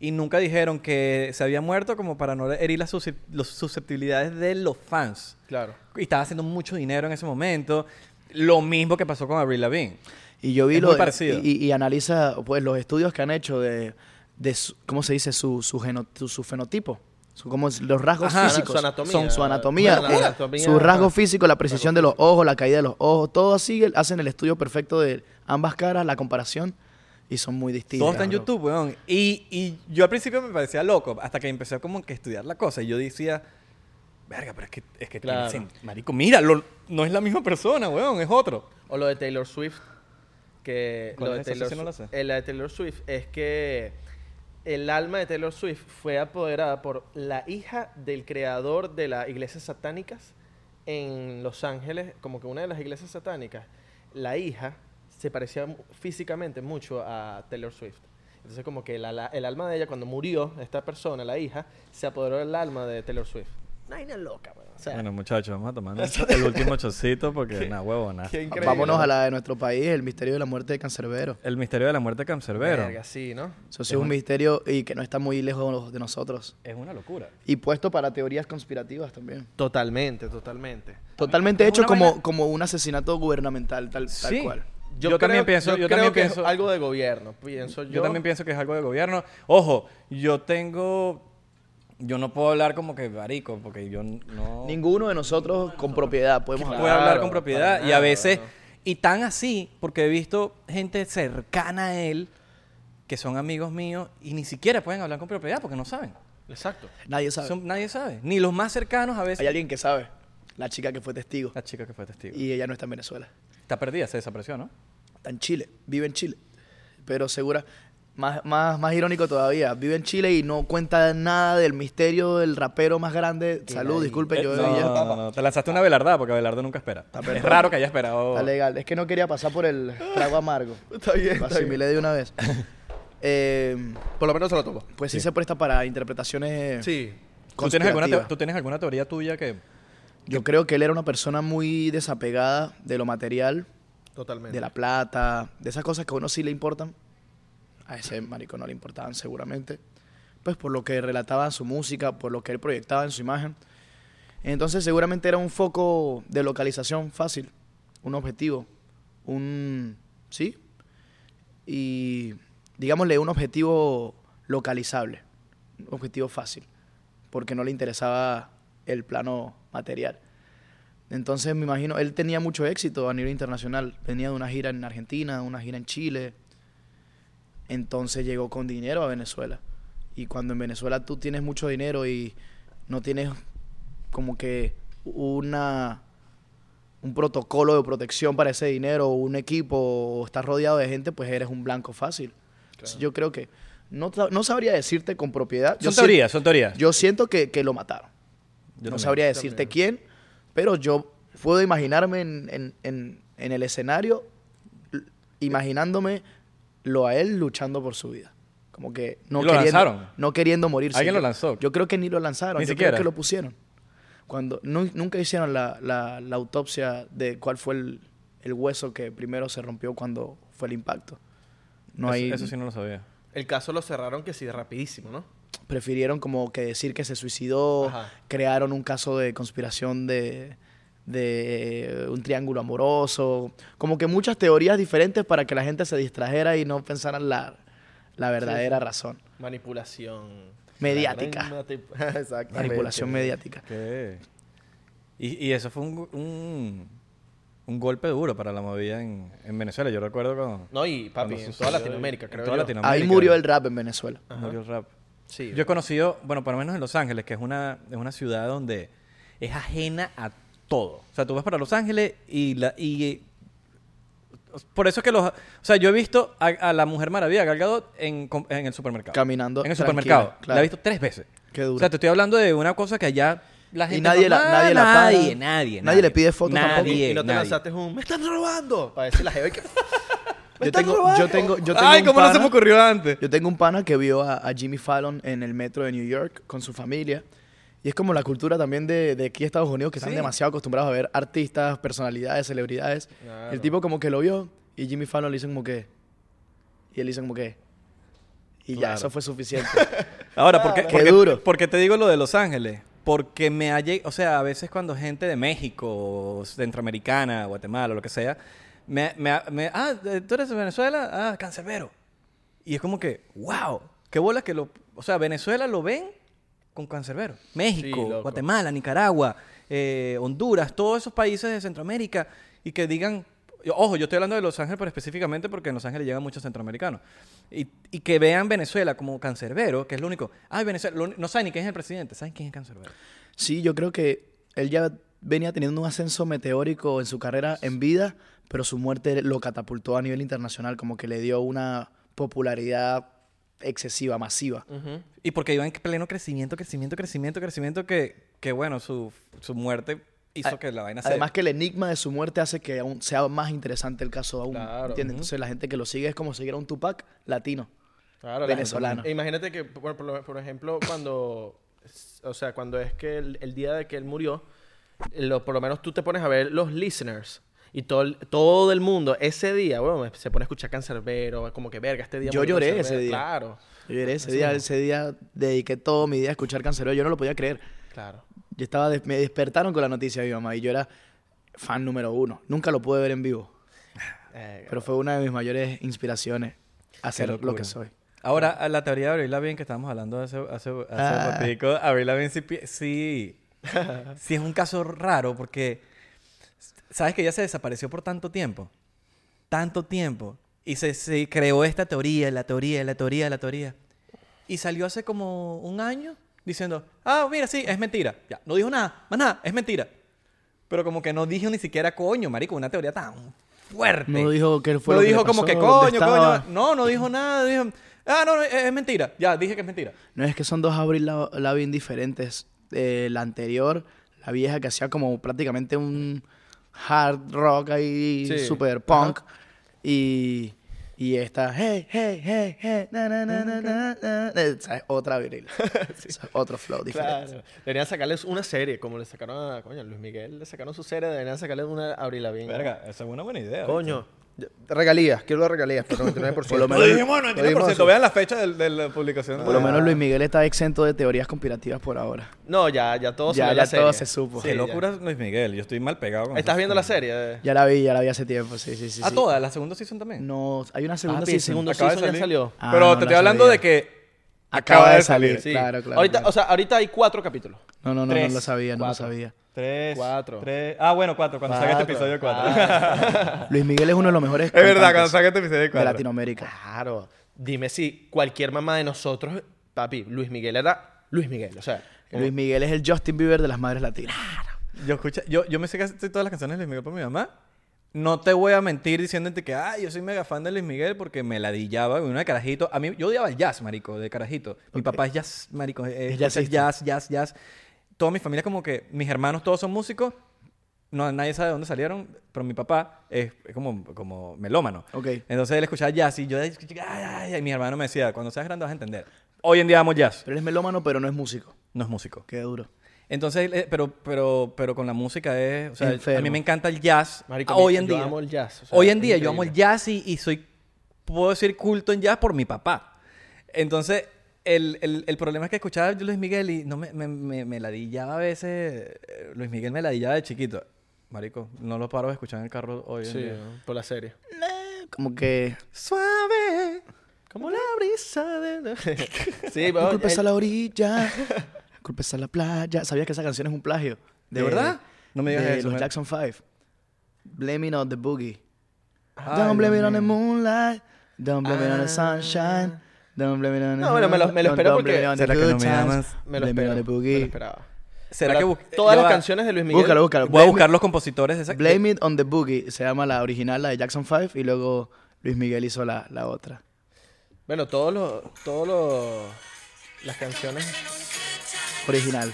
Speaker 1: y nunca dijeron que se había muerto como para no herir las suscep- los susceptibilidades de los fans.
Speaker 2: Claro.
Speaker 1: Y estaba haciendo mucho dinero en ese momento. Lo mismo que pasó con Avril Lavigne.
Speaker 3: Y yo vi
Speaker 1: Es
Speaker 3: lo
Speaker 1: muy
Speaker 3: de-
Speaker 1: parecido.
Speaker 3: y, y analiza pues los estudios que han hecho de, de su- ¿cómo se dice? Su, su, geno- su- su fenotipo. Su- como es- los rasgos
Speaker 1: Ajá,
Speaker 3: físicos.
Speaker 2: su anatomía.
Speaker 3: Son su anatomía. Eh,
Speaker 2: Bueno, la anatomía,
Speaker 3: su rasgo
Speaker 2: ajá.
Speaker 3: físico, la precisión de los ojos, la caída de los ojos. Todo así hacen el estudio perfecto de ambas caras, la comparación. Y son muy distintas.
Speaker 1: Todo está en
Speaker 3: bro.
Speaker 1: YouTube, weón. Y, y yo al principio me parecía loco, hasta que empecé como que a estudiar la cosa. Y yo decía, verga, pero es que, es que tiene
Speaker 2: Claro.
Speaker 1: sen- marico, mira, lo- no es la misma persona, weón, es otro.
Speaker 2: O lo de Taylor Swift. Que
Speaker 1: ¿Cuál
Speaker 2: lo de
Speaker 1: es esa?
Speaker 2: Taylor
Speaker 1: Sí, no la
Speaker 2: Swi-
Speaker 1: sé.
Speaker 2: eh, la de Taylor Swift es que el alma de Taylor Swift fue apoderada por la hija del creador de las iglesias satánicas en Los Ángeles, como que una de las iglesias satánicas. La hija se parecía mu- físicamente mucho a Taylor Swift. Entonces como que la- la- el alma de ella cuando murió, esta persona, la hija, se apoderó del alma de Taylor Swift. Una vaina loca, weón. O sea,
Speaker 1: Bueno, muchachos, vamos a tomar nuestro- el último chocito porque, nada, huevo, nada.
Speaker 2: qué increíble.
Speaker 3: Vámonos a la de nuestro país, el misterio de la muerte de Cancerbero.
Speaker 1: El misterio de la muerte de Cancerbero.
Speaker 2: Verga, sí, ¿no?
Speaker 3: Eso sí es un misterio y que no está muy lejos de nosotros.
Speaker 1: Es una locura.
Speaker 3: Y puesto para teorías conspirativas también.
Speaker 2: Totalmente, totalmente.
Speaker 3: Totalmente
Speaker 1: Es
Speaker 3: hecho
Speaker 1: una
Speaker 3: como,
Speaker 1: vaina-
Speaker 3: como un asesinato gubernamental, tal, tal
Speaker 1: Sí.
Speaker 3: cual.
Speaker 1: Yo, también
Speaker 2: creo-
Speaker 1: pienso, yo,
Speaker 2: creo
Speaker 1: también
Speaker 2: que
Speaker 1: pienso,
Speaker 2: es algo de gobierno, pienso yo.
Speaker 1: yo también pienso que es algo de gobierno. Ojo, yo tengo, yo no puedo hablar como que marico, porque yo no...
Speaker 3: Ninguno de nosotros con propiedad podemos
Speaker 1: puede
Speaker 3: hablar.
Speaker 2: Claro,
Speaker 1: hablar con
Speaker 2: para
Speaker 1: propiedad y
Speaker 2: nada,
Speaker 1: a veces
Speaker 2: bueno.
Speaker 1: y tan así porque he visto gente cercana a él que son amigos míos y ni siquiera pueden hablar con propiedad porque no saben.
Speaker 2: Exacto.
Speaker 3: Nadie sabe.
Speaker 1: Son- nadie sabe, ni los más cercanos a
Speaker 3: Hay
Speaker 1: veces.
Speaker 3: alguien que sabe. La chica que fue testigo.
Speaker 1: La chica que fue testigo.
Speaker 3: Y ella no está en Venezuela.
Speaker 1: Está perdida, se desapareció, ¿no?
Speaker 3: Está en Chile. Vive en Chile. Pero segura. Más, más, más irónico todavía. Vive en Chile y no cuenta nada del misterio del rapero más grande. Salud, disculpe,
Speaker 1: Eh,
Speaker 3: yo
Speaker 1: no,
Speaker 3: ya-
Speaker 1: no, no, te lanzaste una velardad porque Velardo nunca espera. Es raro que haya esperado.
Speaker 3: Está legal. Es que no quería pasar por el trago amargo.
Speaker 2: Está bien, está
Speaker 3: Asimilé de una vez. Eh,
Speaker 2: Por lo menos se lo tomo.
Speaker 3: pues sí, se presta para interpretaciones.
Speaker 2: Sí.
Speaker 1: ¿Tú tienes, alguna te-
Speaker 3: conspirativas.
Speaker 1: ¿Tú tienes alguna teoría tuya que
Speaker 3: Yo creo que él era una persona muy desapegada de lo material,
Speaker 2: Totalmente.
Speaker 3: de la plata, de esas cosas que a uno sí le importan. A ese marico no le importaban seguramente. Pues por lo que relataba en su música, por lo que él proyectaba en su imagen. Entonces seguramente era un foco de localización fácil, un objetivo, un... ¿Sí? Y digámosle un objetivo localizable, un objetivo fácil, porque no le interesaba el plano material. Entonces me imagino, él tenía mucho éxito a nivel internacional. Venía de una gira en Argentina, una gira en Chile. Entonces llegó con dinero a Venezuela. Y cuando en Venezuela tú tienes mucho dinero y no tienes como que una un protocolo de protección para ese dinero o un equipo o estás rodeado de gente, pues eres un blanco fácil. Entonces, Yo creo que no, tra- no sabría decirte con propiedad. Yo
Speaker 1: Son
Speaker 3: si-
Speaker 1: teorías, son teorías.
Speaker 3: Yo siento que, que lo mataron.
Speaker 1: Yo
Speaker 3: no
Speaker 1: también.
Speaker 3: sabría decirte quién, pero yo puedo imaginarme en, en- en- en el escenario, l- imaginándome lo a él luchando por su vida. Como que no,
Speaker 1: ¿Y lo
Speaker 3: queriendo,
Speaker 1: lanzaron?
Speaker 3: no queriendo morirse.
Speaker 1: ¿Alguien lo
Speaker 3: Yo-
Speaker 1: lanzó?
Speaker 3: Yo creo que ni lo lanzaron,
Speaker 1: Ni
Speaker 3: yo
Speaker 1: siquiera.
Speaker 3: creo que lo pusieron. Cuando nu- nunca hicieron la, la- la autopsia de cuál fue el, el hueso que primero se rompió cuando fue el impacto. No
Speaker 1: eso,
Speaker 3: hay,
Speaker 1: eso sí no lo sabía.
Speaker 2: El caso lo cerraron que sí, rapidísimo, ¿no?
Speaker 3: prefirieron como que decir que se suicidó,
Speaker 2: Ajá.
Speaker 3: crearon un caso de conspiración de, de eh, un triángulo amoroso, como que muchas teorías diferentes para que la gente se distrajera y no pensaran la, la verdadera razón.
Speaker 2: Manipulación.
Speaker 3: Mediática.
Speaker 2: La gran mati- Exactamente.
Speaker 3: Manipulación mediática.
Speaker 1: ¿Qué? Y, y eso fue un, gu- un, un golpe duro para la movida en, en Venezuela. Yo recuerdo cuando...
Speaker 2: No, y
Speaker 1: Cuando
Speaker 2: papi, en
Speaker 1: sucedió
Speaker 2: toda
Speaker 1: y-
Speaker 2: Latinoamérica,
Speaker 1: en
Speaker 2: creo
Speaker 1: toda
Speaker 2: yo.
Speaker 1: Latinoamérica.
Speaker 3: Ahí murió el rap en Venezuela.
Speaker 1: Murió el rap.
Speaker 2: Sí.
Speaker 1: Yo he conocido, bueno, por lo menos en Los Ángeles, que es una, es una ciudad donde es ajena a todo. O sea, tú vas para Los Ángeles y la y eh, por eso es que los o sea, yo he visto a, a la Mujer Maravilla Gal Gadot en, com- en el supermercado.
Speaker 3: Caminando
Speaker 1: en el
Speaker 3: tranquila,
Speaker 1: supermercado. La
Speaker 3: claro.
Speaker 1: he visto tres veces.
Speaker 3: Qué duro.
Speaker 1: O sea, te estoy hablando de una cosa que allá la gente
Speaker 3: Y nadie la-
Speaker 1: normal,
Speaker 3: nadie la para.
Speaker 1: nadie, nadie, nadie,
Speaker 3: Nadie le pide fotos
Speaker 1: nadie,
Speaker 3: tampoco.
Speaker 2: Y no te
Speaker 1: nadie.
Speaker 2: lanzaste un, ¡me están robando! Para decirle a la jeva y que... "Me
Speaker 3: Yo
Speaker 2: están
Speaker 3: tengo,
Speaker 2: robando".
Speaker 3: yo tengo, yo tengo
Speaker 1: Ay,
Speaker 3: un
Speaker 1: cómo no se
Speaker 3: pana-
Speaker 1: me ocurrió antes.
Speaker 3: Yo tengo un pana que vio a, a Jimmy Fallon en el metro de New York con su familia. Y es como la cultura también de, de aquí Estados Unidos, que están
Speaker 1: Sí.
Speaker 3: demasiado acostumbrados a ver artistas, personalidades, celebridades.
Speaker 2: Claro.
Speaker 3: El tipo como que lo vio y Jimmy Fallon le hizo como que... Y él hizo como que... Y ya,
Speaker 1: Claro.
Speaker 3: eso fue suficiente.
Speaker 1: Ahora, ¿por qué,
Speaker 3: Qué
Speaker 1: por qué-
Speaker 3: duro.
Speaker 1: por qué te digo lo de Los Ángeles? Porque me ha llegado, o sea, a veces cuando gente de México, o centroamericana, Guatemala, o lo que sea, me, me, ha- me- ah, tú eres de Venezuela, ah, cancerbero. Y es como que, wow, qué bolas que lo, o sea, Venezuela lo ven con cancerbero.
Speaker 2: Sí,
Speaker 1: México,
Speaker 2: loco.
Speaker 1: Guatemala, Nicaragua, eh, Honduras, todos esos países de Centroamérica y que digan, ojo, yo estoy hablando de Los Ángeles, pero específicamente porque en Los Ángeles llegan muchos centroamericanos. Y, y que vean Venezuela como cancerbero, que es lo único. Ay, Venezuela, lo uni- no saben ni quién es el presidente, saben quién es cancerbero.
Speaker 3: sí, yo creo que él ya venía teniendo un ascenso meteórico en su carrera en vida, pero su muerte lo catapultó a nivel internacional, como que le dio una popularidad excesiva, masiva.
Speaker 2: Ujú.
Speaker 1: Y porque iban en pleno crecimiento, crecimiento, crecimiento, crecimiento, que, que bueno, su, su muerte hizo
Speaker 3: A-
Speaker 1: que la vaina se...
Speaker 3: Además que el enigma de su muerte hace que aún sea más interesante el caso aún.
Speaker 2: Claro.
Speaker 3: ¿entiendes? Entonces la gente que lo sigue es como seguir a un Tupac latino.
Speaker 2: Claro,
Speaker 3: Venezolano.
Speaker 2: la- e imagínate que, bueno, por, lo- por ejemplo, cuando, o sea, cuando es que el, el día de que él murió, lo- por lo menos tú te pones a ver los listeners y todo el, todo el mundo ese día, bueno, se pone a escuchar Cancerbero, como que verga, este día.
Speaker 3: Yo
Speaker 2: murió
Speaker 3: lloré
Speaker 2: Canserbero".
Speaker 3: ese día.
Speaker 2: Claro,
Speaker 3: Yo era ese día, ese día dediqué todo mi día a escuchar Canserbero. Yo no lo podía creer.
Speaker 2: claro.
Speaker 3: Yo estaba, des- me despertaron con la noticia de mi mamá y yo era fan número uno. Nunca lo pude ver en vivo,
Speaker 2: Eh,
Speaker 3: pero fue una de mis mayores inspiraciones hacer lo
Speaker 1: locura.
Speaker 3: que soy.
Speaker 1: Ahora, a la teoría de Avril Lavigne que estábamos hablando hace, hace, hace
Speaker 3: Ah.
Speaker 1: ratico, Avril Lavigne sí, pi- sí, sí es un caso raro porque sabes que ella se desapareció por tanto tiempo, tanto tiempo, y se, se creó esta teoría, la teoría, la teoría, la teoría, y salió hace como un año diciendo, ah, mira, sí, es mentira, ya, no dijo nada, más nada, es mentira, pero como que no dijo ni siquiera coño, marico, una teoría tan fuerte.
Speaker 3: No dijo qué fue
Speaker 1: No
Speaker 3: lo que
Speaker 1: dijo
Speaker 3: le
Speaker 1: como
Speaker 3: pasó,
Speaker 1: que
Speaker 3: dónde
Speaker 1: coño,
Speaker 3: estaba.
Speaker 1: coño. No, no dijo nada. Dijo, ah, no, no, es, es mentira. Ya, dije que es mentira.
Speaker 3: No es que son dos Avril la Lavigne diferentes. Eh, la anterior, la vieja que hacía como prácticamente un hard rock ahí,
Speaker 2: Sí.
Speaker 3: super punk. Y, y esta, hey, hey, hey, hey, na, na, na, na, na, na. Esa es otra Avril. Esa es otro flow diferente.
Speaker 2: Claro. Deberían sacarles una serie, como le sacaron a, coño, Luis Miguel, le sacaron su serie, deberían sacarles una a Avril Lavigne.
Speaker 1: esa es una buena idea.
Speaker 2: Coño. Regalías, quiero las regalías, pero 99%.
Speaker 3: Por lo menos- Lo dijimos,
Speaker 2: Lo dijimos así.
Speaker 1: Vean la fecha del- de, la publicación.
Speaker 3: Por lo menos Luis Miguel está exento de teorías conspirativas por ahora.
Speaker 2: No, ya, ya todo
Speaker 3: Ya-
Speaker 2: se ve
Speaker 3: ya
Speaker 2: la serie.
Speaker 3: todo se supo.
Speaker 2: Sí,
Speaker 1: Qué
Speaker 2: ya.
Speaker 1: locura Luis Miguel. Yo estoy mal pegado con
Speaker 2: ¿Estás
Speaker 1: eso.
Speaker 2: viendo la serie?
Speaker 3: Ya la vi, ya la vi hace tiempo, sí, sí, sí.
Speaker 1: ¿A
Speaker 3: sí.
Speaker 1: todas? ¿La segunda season también?
Speaker 3: No, hay una segunda
Speaker 2: Papi,
Speaker 3: season.
Speaker 2: segundo
Speaker 1: Acaba de
Speaker 2: season ya
Speaker 1: salir.
Speaker 2: salió.
Speaker 3: Ah,
Speaker 1: Pero
Speaker 3: no
Speaker 1: te
Speaker 3: la
Speaker 1: estoy hablando
Speaker 3: sabía.
Speaker 1: de que
Speaker 3: Acaba de salir, claro, claro,
Speaker 2: Ahorita,
Speaker 3: claro.
Speaker 2: o sea, ahorita hay cuatro capítulos.
Speaker 3: No, no, no,
Speaker 1: Tres,
Speaker 3: no lo sabía, no lo
Speaker 2: cuatro.
Speaker 3: sabía.
Speaker 1: Tres.
Speaker 2: Cuatro.
Speaker 1: Tres. Ah, bueno, cuatro. Cuando saque este episodio, cuatro.
Speaker 3: Luis Miguel es uno de los mejores
Speaker 1: es verdad, cuando
Speaker 3: cantantes
Speaker 1: saque este episodio,
Speaker 3: de
Speaker 1: cuatro.
Speaker 3: Latinoamérica.
Speaker 2: Claro. Dime si cualquier mamá de nosotros, papi, Luis Miguel era Luis Miguel. O sea, como-
Speaker 3: Luis Miguel es el Justin Bieber de las madres latinas.
Speaker 1: Yo, escucha, yo, yo me sé casi todas las canciones de Luis Miguel por mi mamá. No te voy a mentir diciéndote que, ah, yo soy mega fan de Luis Miguel porque me ladillaba en una de carajito. A mí, yo odiaba el jazz, marico, de carajito. Mi papá es jazz, marico. eh,
Speaker 3: Es
Speaker 1: escucha
Speaker 3: jazzista.
Speaker 1: jazz, jazz, jazz. Toda mi familia como que, mis hermanos todos son músicos. No, nadie sabe de dónde salieron, pero mi papá es, es como, como melómano.
Speaker 3: Ok.
Speaker 1: Entonces él escuchaba jazz y yo, ay, ay, ay, y mi hermano me decía, cuando seas grande vas a entender. Hoy en día amo jazz,
Speaker 3: Pero él es melómano, pero no es músico.
Speaker 1: no es músico.
Speaker 3: Qué duro.
Speaker 1: Entonces, eh, pero, pero, pero con la música es. O sea,
Speaker 3: Enfermo.
Speaker 1: a mí me encanta el jazz.
Speaker 2: marico,
Speaker 1: hoy
Speaker 2: mi-
Speaker 1: en
Speaker 2: yo
Speaker 1: día.
Speaker 2: amo el jazz. o sea,
Speaker 1: hoy en
Speaker 2: es
Speaker 1: día yo amo el
Speaker 2: increíble.
Speaker 1: jazz y, y soy. Puedo decir culto en jazz por mi papá. Entonces, el, el- el problema es que escuchaba a Luis Miguel y no me, me, me- me ladillaba a veces. eh, Luis Miguel me ladillaba de chiquito. Marico, no lo paro de escuchar en el carro hoy en día.
Speaker 2: Sí, por la serie.
Speaker 3: Como que.
Speaker 1: Suave.
Speaker 2: Como la brisa de... sí,
Speaker 3: No
Speaker 2: vamos,
Speaker 3: culpes
Speaker 2: el-
Speaker 3: a la orilla, no culpes a la playa. ¿Sabías que esa canción es un plagio?
Speaker 1: ¿De verdad? No me digas
Speaker 3: de
Speaker 1: eso.
Speaker 3: Los
Speaker 1: me-
Speaker 3: Jackson 5. Blaming on the boogie.
Speaker 1: Ay,
Speaker 3: Don't blame it
Speaker 1: Dios
Speaker 3: on the
Speaker 1: mío.
Speaker 3: moonlight. Don't blame it on the sunshine. Don't blame it on the
Speaker 2: Ah. No, bueno, me lo- me lo
Speaker 3: don't-
Speaker 2: espero
Speaker 3: don't
Speaker 2: porque-
Speaker 3: blame it on the
Speaker 1: ¿Será que no
Speaker 3: good
Speaker 1: me
Speaker 3: times,
Speaker 1: amas?
Speaker 2: Me lo
Speaker 3: blame it
Speaker 2: espero,
Speaker 3: on the
Speaker 2: me lo
Speaker 3: boogie.
Speaker 2: esperaba.
Speaker 1: ¿Será
Speaker 2: Para
Speaker 1: que busqué-
Speaker 2: Todas
Speaker 1: ya
Speaker 2: las
Speaker 1: va.
Speaker 2: canciones de Luis Miguel...
Speaker 3: Búscalo, búscalo.
Speaker 1: Voy a
Speaker 3: Blame
Speaker 1: buscar los compositores de esa.
Speaker 3: It, blame it on the boogie. Se llama la original, la de Jackson 5. Y luego Luis Miguel hizo la, la otra.
Speaker 2: Bueno, todos los... Todos los... Las canciones...
Speaker 3: Original.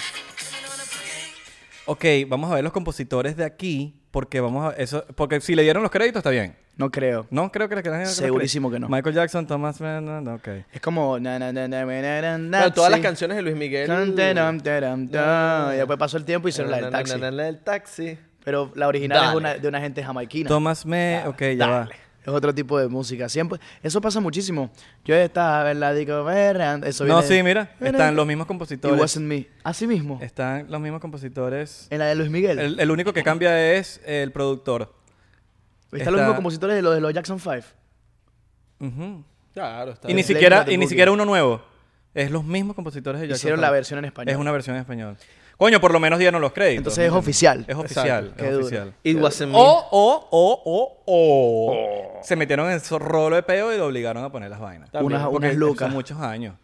Speaker 1: Ok, vamos a ver los compositores de aquí, porque vamos a eso, porque si le dieron los créditos está bien.
Speaker 3: No creo.
Speaker 1: No creo que le dieron los créditos.
Speaker 3: Segurísimo que no.
Speaker 1: Michael Jackson, Thomas Brennan, ok.
Speaker 3: Es como. na, na, na, na, na, na, na,
Speaker 2: Bueno, todas las
Speaker 3: Nazi.
Speaker 2: canciones de Luis Miguel...
Speaker 3: Tan, tan, tan, tan. Y después pasó el tiempo y Pues hicieron la del taxi.
Speaker 2: El taxi.
Speaker 3: Pero la original
Speaker 2: Dale.
Speaker 3: es una, de una gente jamaiquina.
Speaker 1: Thomas Me, ok, ya va.
Speaker 3: Es otro tipo de música. Siempre, eso pasa muchísimo. Yo estaba en la disco, berreando, eso
Speaker 1: No,
Speaker 3: viene-
Speaker 1: sí, mira, están los mismos
Speaker 3: It
Speaker 1: compositores.
Speaker 3: wasn't me. Así mismo.
Speaker 1: Están los mismos compositores.
Speaker 3: En la de Luis Miguel.
Speaker 1: El, el único que cambia es el productor.
Speaker 3: Están
Speaker 1: está-
Speaker 3: los mismos compositores de los de los Jackson 5.
Speaker 1: Ujú.
Speaker 2: Claro, está
Speaker 1: Y ni
Speaker 2: bien.
Speaker 3: Blame
Speaker 1: siquiera
Speaker 3: Not the
Speaker 1: y ni
Speaker 3: Boogie.
Speaker 1: siquiera uno nuevo. Es los mismos compositores de Jackson.
Speaker 3: Hicieron la
Speaker 1: Five.
Speaker 3: versión en español.
Speaker 1: Es una versión en español. Coño, por lo menos dieron los créditos.
Speaker 3: Entonces es oficial.
Speaker 1: Es oficial,
Speaker 3: Qué
Speaker 1: es
Speaker 3: duro.
Speaker 1: oficial.
Speaker 2: It wasn't me.
Speaker 1: O, o, o, o, o. Se metieron en su rolo de peo y lo obligaron a poner las vainas.
Speaker 2: También,
Speaker 3: unas
Speaker 1: Porque
Speaker 3: unas lucas.
Speaker 1: Son muchos años.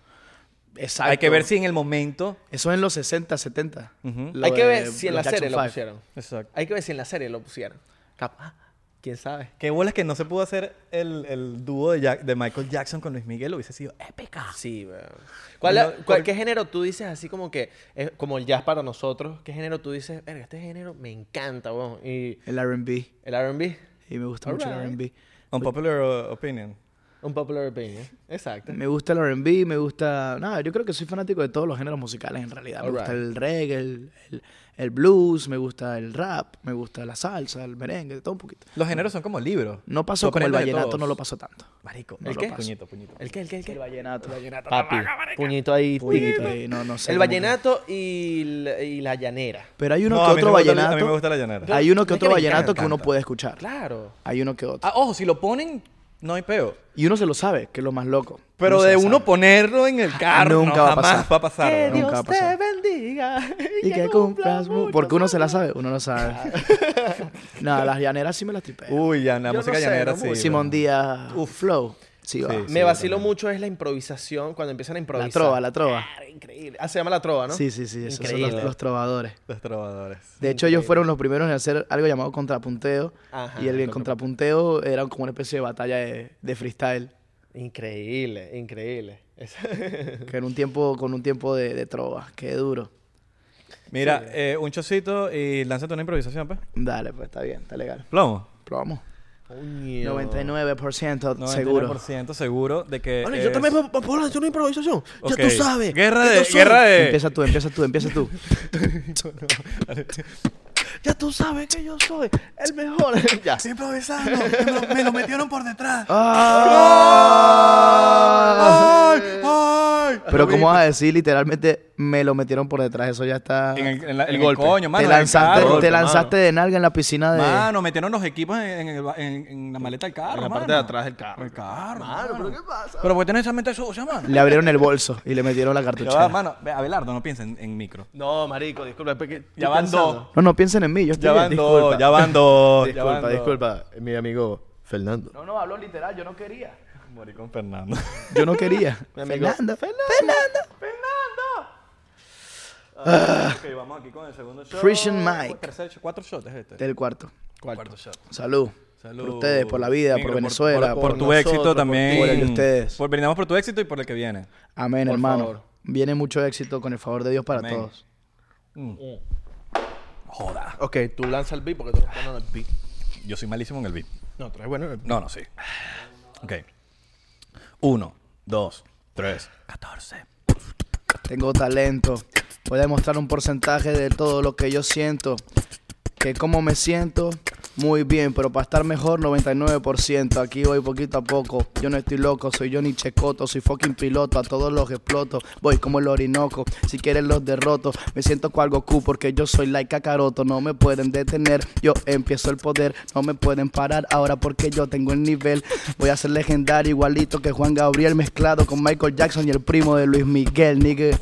Speaker 3: Exacto.
Speaker 1: Hay que ver si en el momento.
Speaker 3: Eso es en los 60, 70.
Speaker 1: Ujú.
Speaker 3: Lo
Speaker 2: Hay que
Speaker 3: de
Speaker 2: ver si en la
Speaker 3: los Jackson
Speaker 2: serie lo
Speaker 3: Five.
Speaker 2: pusieron.
Speaker 1: Exacto.
Speaker 2: Hay que ver si en la serie lo pusieron. Capaz. ¿Quién sabe?
Speaker 1: Qué bolas que no se pudo hacer el, el dúo de, Jack- de Michael Jackson con Luis Miguel. Hubiese sido épica.
Speaker 2: Sí, weón. ¿Cuál,
Speaker 1: No,
Speaker 2: la- cuál-
Speaker 1: por-
Speaker 2: ¿Qué género tú dices así como que, eh, como el jazz para nosotros? ¿Qué género tú dices, verga, este género me encanta, weón? Y
Speaker 3: El RB.
Speaker 2: el RB,
Speaker 3: Y me gusta mucho
Speaker 2: Alright.
Speaker 3: el RB.
Speaker 1: Unpopular uh, opinion.
Speaker 2: un popular opinion. Exacto.
Speaker 3: Me gusta el R&B, me gusta... Nada, yo creo que soy fanático de todos los géneros musicales en realidad. Me gusta
Speaker 2: Alright.
Speaker 3: el reggae, el, el- el blues, me gusta el rap, me gusta la salsa, el merengue, de todo un poquito.
Speaker 1: Los géneros son como libros.
Speaker 3: No pasó
Speaker 1: Tú
Speaker 3: como el
Speaker 1: aprendes de
Speaker 3: vallenato,
Speaker 1: todos.
Speaker 3: no lo pasó tanto.
Speaker 1: Marico,
Speaker 3: No
Speaker 1: ¿el
Speaker 3: lo
Speaker 1: qué?
Speaker 3: paso.
Speaker 1: Puñito, puñito.
Speaker 2: ¿El qué, el qué, el qué?
Speaker 3: vallenato.
Speaker 2: Papi, puñito ahí,
Speaker 3: Puñito
Speaker 2: tigre.
Speaker 3: ahí, no, no sé
Speaker 2: El
Speaker 3: cómo que-
Speaker 2: vallenato y, la- y la llanera.
Speaker 3: Pero hay uno
Speaker 1: No,
Speaker 3: que
Speaker 1: a mí
Speaker 3: otro
Speaker 1: me gusta el-
Speaker 3: vallenato...
Speaker 1: a mí me gusta la llanera.
Speaker 3: Hay uno que
Speaker 2: Es que
Speaker 3: otro
Speaker 2: me
Speaker 3: vallenato que
Speaker 1: encanta.
Speaker 3: uno puede escuchar.
Speaker 2: Claro.
Speaker 3: Hay uno que otro.
Speaker 1: Ah, ojo, si lo ponen, no hay peo.
Speaker 3: Y uno se lo sabe, que es lo más loco.
Speaker 1: Pero
Speaker 3: se
Speaker 1: de
Speaker 3: la
Speaker 1: uno
Speaker 3: sabe. Ah,
Speaker 1: ponerlo en el carro,
Speaker 3: Nunca
Speaker 1: no,
Speaker 3: va a
Speaker 1: jamás
Speaker 3: pasar.
Speaker 1: va a pasar.
Speaker 2: que
Speaker 1: ¿no?
Speaker 3: nunca va a
Speaker 2: Dios te
Speaker 3: pasar.
Speaker 2: bendiga
Speaker 3: Y que cumplas mu- Porque uno se la sabe, uno no sabe. Nada, las llaneras sí me las tripeo.
Speaker 1: Uy, ya, la
Speaker 2: Yo no
Speaker 1: música
Speaker 2: sé,
Speaker 1: llanera
Speaker 2: no,
Speaker 1: sí.
Speaker 2: muy-
Speaker 1: ¿no?
Speaker 3: Simón Díaz, Flow. Sí, va.
Speaker 1: Sí.
Speaker 2: Me vacilo
Speaker 1: también.
Speaker 2: mucho es la improvisación, cuando empiezan a
Speaker 3: La
Speaker 2: improvisar.
Speaker 3: trova, la trova.
Speaker 2: Claro, Increíble. Ah, se llama la trova, ¿no?
Speaker 3: Sí, sí, sí, esos son
Speaker 2: Increíble.
Speaker 3: los, los trovadores.
Speaker 1: Los trovadores.
Speaker 3: De hecho, ellos fueron los primeros en hacer algo llamado contrapunteo.
Speaker 2: Ajá,
Speaker 3: y el,
Speaker 2: lo que-
Speaker 3: contrapunteo era como una especie de batalla de, de freestyle.
Speaker 2: Increíble, increíble. Es-
Speaker 3: Que era un tiempo con un tiempo de, de trova. Qué duro.
Speaker 1: Mira, eh, un chocito y lánzate una improvisación, pues.
Speaker 3: Dale, pues está bien, está legal.
Speaker 1: Plomo.
Speaker 3: Probamos.
Speaker 2: Coño.
Speaker 3: 99%
Speaker 1: 99%
Speaker 3: seguro.
Speaker 1: seguro de que.
Speaker 2: Bueno,
Speaker 1: es-
Speaker 2: yo también puedo- puedo hacer una improvisación.
Speaker 1: Ok.
Speaker 2: Ya tú sabes.
Speaker 1: Guerra
Speaker 2: ya
Speaker 1: de.
Speaker 2: tú sabes,
Speaker 1: Guerra de.
Speaker 3: Empieza tú, empieza tú, empieza tú.
Speaker 2: Ya tú sabes que yo soy el mejor. ya.
Speaker 1: improvisando. Me lo,
Speaker 2: Ah.
Speaker 1: metieron por detrás.
Speaker 3: ¡Ah!
Speaker 1: ¡Ay!
Speaker 3: Pero ¿cómo vas a decir literalmente me lo metieron por detrás? Eso ya está...
Speaker 1: En el, en la-
Speaker 2: El
Speaker 1: en el
Speaker 2: golpe.
Speaker 1: coño, mano.
Speaker 3: te
Speaker 1: en el
Speaker 3: lanzaste,
Speaker 1: carro.
Speaker 2: golpe,
Speaker 3: te lanzaste de nalga en la piscina de...
Speaker 1: Mano, metieron los equipos en, en el ba- en- en la maleta del carro,
Speaker 2: En la parte
Speaker 1: mano.
Speaker 2: de atrás del carro.
Speaker 1: El carro,
Speaker 2: Mano,
Speaker 1: mano.
Speaker 2: ¿pero qué pasa?
Speaker 1: Pero ¿por qué tenés esa mente sucia, mano?
Speaker 3: Le abrieron el bolso y le metieron la
Speaker 1: Ya va,
Speaker 3: cartuchera.
Speaker 1: mano, ve, Abelardo, no piensa en, en micro.
Speaker 2: No, marico, disculpa. porque estoy
Speaker 1: Ya van
Speaker 2: pensando.
Speaker 1: dos.
Speaker 3: No, no piensen en mí, yo estoy
Speaker 1: Ya
Speaker 3: bien,
Speaker 1: van dos,
Speaker 3: disculpa.
Speaker 1: ya van dos. ya van
Speaker 2: Disculpa,
Speaker 1: dos.
Speaker 2: disculpa, mi amigo Fernando.
Speaker 3: No, no, hablo literal, yo no quería.
Speaker 1: Moricón Fernando.
Speaker 3: Yo no quería.
Speaker 2: Mi amigo-
Speaker 3: Fernando, Fernando.
Speaker 1: Ah, ok, vamos aquí con el segundo shot.
Speaker 3: Frisian Mike.
Speaker 1: Tercer shot, cuatro shots es este.
Speaker 3: Del cuarto.
Speaker 1: Cuarto shot.
Speaker 3: Salud.
Speaker 1: Salud.
Speaker 3: Por ustedes, por la vida,
Speaker 1: Negro,
Speaker 3: por Venezuela.
Speaker 1: Por,
Speaker 3: Por,
Speaker 1: por tu
Speaker 2: nosotros,
Speaker 1: éxito
Speaker 2: por
Speaker 1: también.
Speaker 3: ti, por el de ustedes.
Speaker 1: Por, brindamos por tu éxito y por el que viene.
Speaker 3: Amén,
Speaker 2: Por
Speaker 3: hermano.
Speaker 2: favor.
Speaker 3: Viene mucho éxito con el favor de Dios para
Speaker 1: Amén.
Speaker 3: todos.
Speaker 1: Joda.
Speaker 2: Ok, tú lanza el beat porque tú estás dando el beat.
Speaker 1: Yo soy malísimo en el beat.
Speaker 2: No, tú eres bueno en el beat.
Speaker 1: No, no, sí. Ok. Uno, dos, tres, catorce.
Speaker 3: Tengo talento. Voy a demostrar un porcentaje de todo lo que yo siento. Que como me siento, muy bien, pero para estar mejor 99%. Aquí voy poquito a poco. Yo no estoy loco, soy Johnny Checoto, soy fucking piloto, a todos los exploto. Voy como el Orinoco, si quieren los derroto. Me siento cual Goku porque yo soy like Kakaroto, no me pueden detener. Yo empiezo el poder, no me pueden parar ahora porque yo tengo el nivel. Voy a ser legendario igualito que Juan Gabriel mezclado con Michael Jackson y el primo de Luis Miguel, nigga.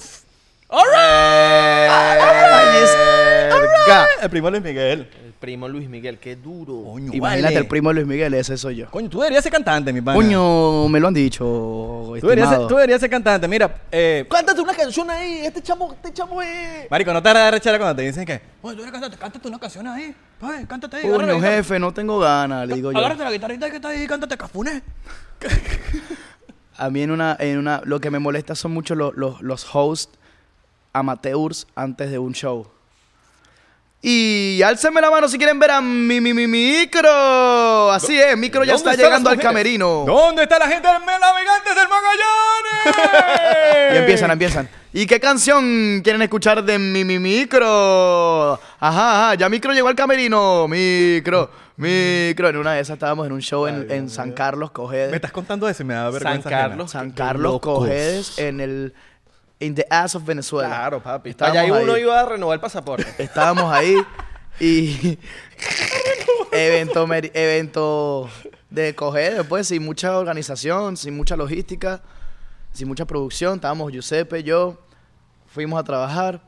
Speaker 1: Verga. El primo Luis Miguel.
Speaker 2: El primo Luis Miguel, qué duro.
Speaker 1: Coño,
Speaker 3: Imagínate
Speaker 1: vale.
Speaker 3: el primo de Luis Miguel, ese soy yo.
Speaker 1: Coño, tú deberías ser cantante, mi pana.
Speaker 3: Coño, me lo han dicho.
Speaker 1: Tú deberías, ser,
Speaker 3: estimado.
Speaker 1: tú deberías ser cantante. Mira, eh,
Speaker 2: Cántate una canción ahí, este chamo, este chamo es...
Speaker 1: Marico, no te hará rechera cuando te dicen que, oye, tú eres cantante, cántate una canción ahí. Oye, cántate ahí. agarra la
Speaker 3: Coño,
Speaker 1: guitarra-
Speaker 3: jefe, no tengo ganas, le digo yo.
Speaker 1: Agárrate la guitarrita que está ahí, cántate cafuné.
Speaker 3: A mí en una, en una, lo que me molesta son mucho los, los, los hosts amateurs antes de un show. Y álcenme la mano si quieren ver a mi, mi, mi micro. Así es, micro ya
Speaker 2: ¿Dónde
Speaker 3: está
Speaker 2: están
Speaker 3: llegando
Speaker 2: las
Speaker 3: al
Speaker 2: mujeres?
Speaker 3: camerino.
Speaker 1: ¿Dónde está la gente del Navegantes del Magallanes?
Speaker 3: Y empiezan, empiezan. ¿Y qué canción quieren escuchar de mi, mi micro? Ajá, ajá, ya micro llegó al camerino. Micro, micro. En una de esas estábamos en un show en, en San Carlos
Speaker 1: Me
Speaker 3: Cogedes.
Speaker 1: estás contando eso y me da vergüenza.
Speaker 2: San
Speaker 1: ajena.
Speaker 2: Carlos.
Speaker 3: San
Speaker 2: Qué
Speaker 3: Carlos
Speaker 2: locos.
Speaker 3: Cogedes en el. In the ass of Venezuela.
Speaker 2: Claro, papi.
Speaker 3: Estábamos
Speaker 2: Allá uno
Speaker 3: ahí.
Speaker 2: iba a renovar el pasaporte.
Speaker 3: Estábamos ahí y evento, meri- evento de coger después, sin mucha organización, sin mucha logística, sin mucha producción. Estábamos Giuseppe, yo, fuimos a trabajar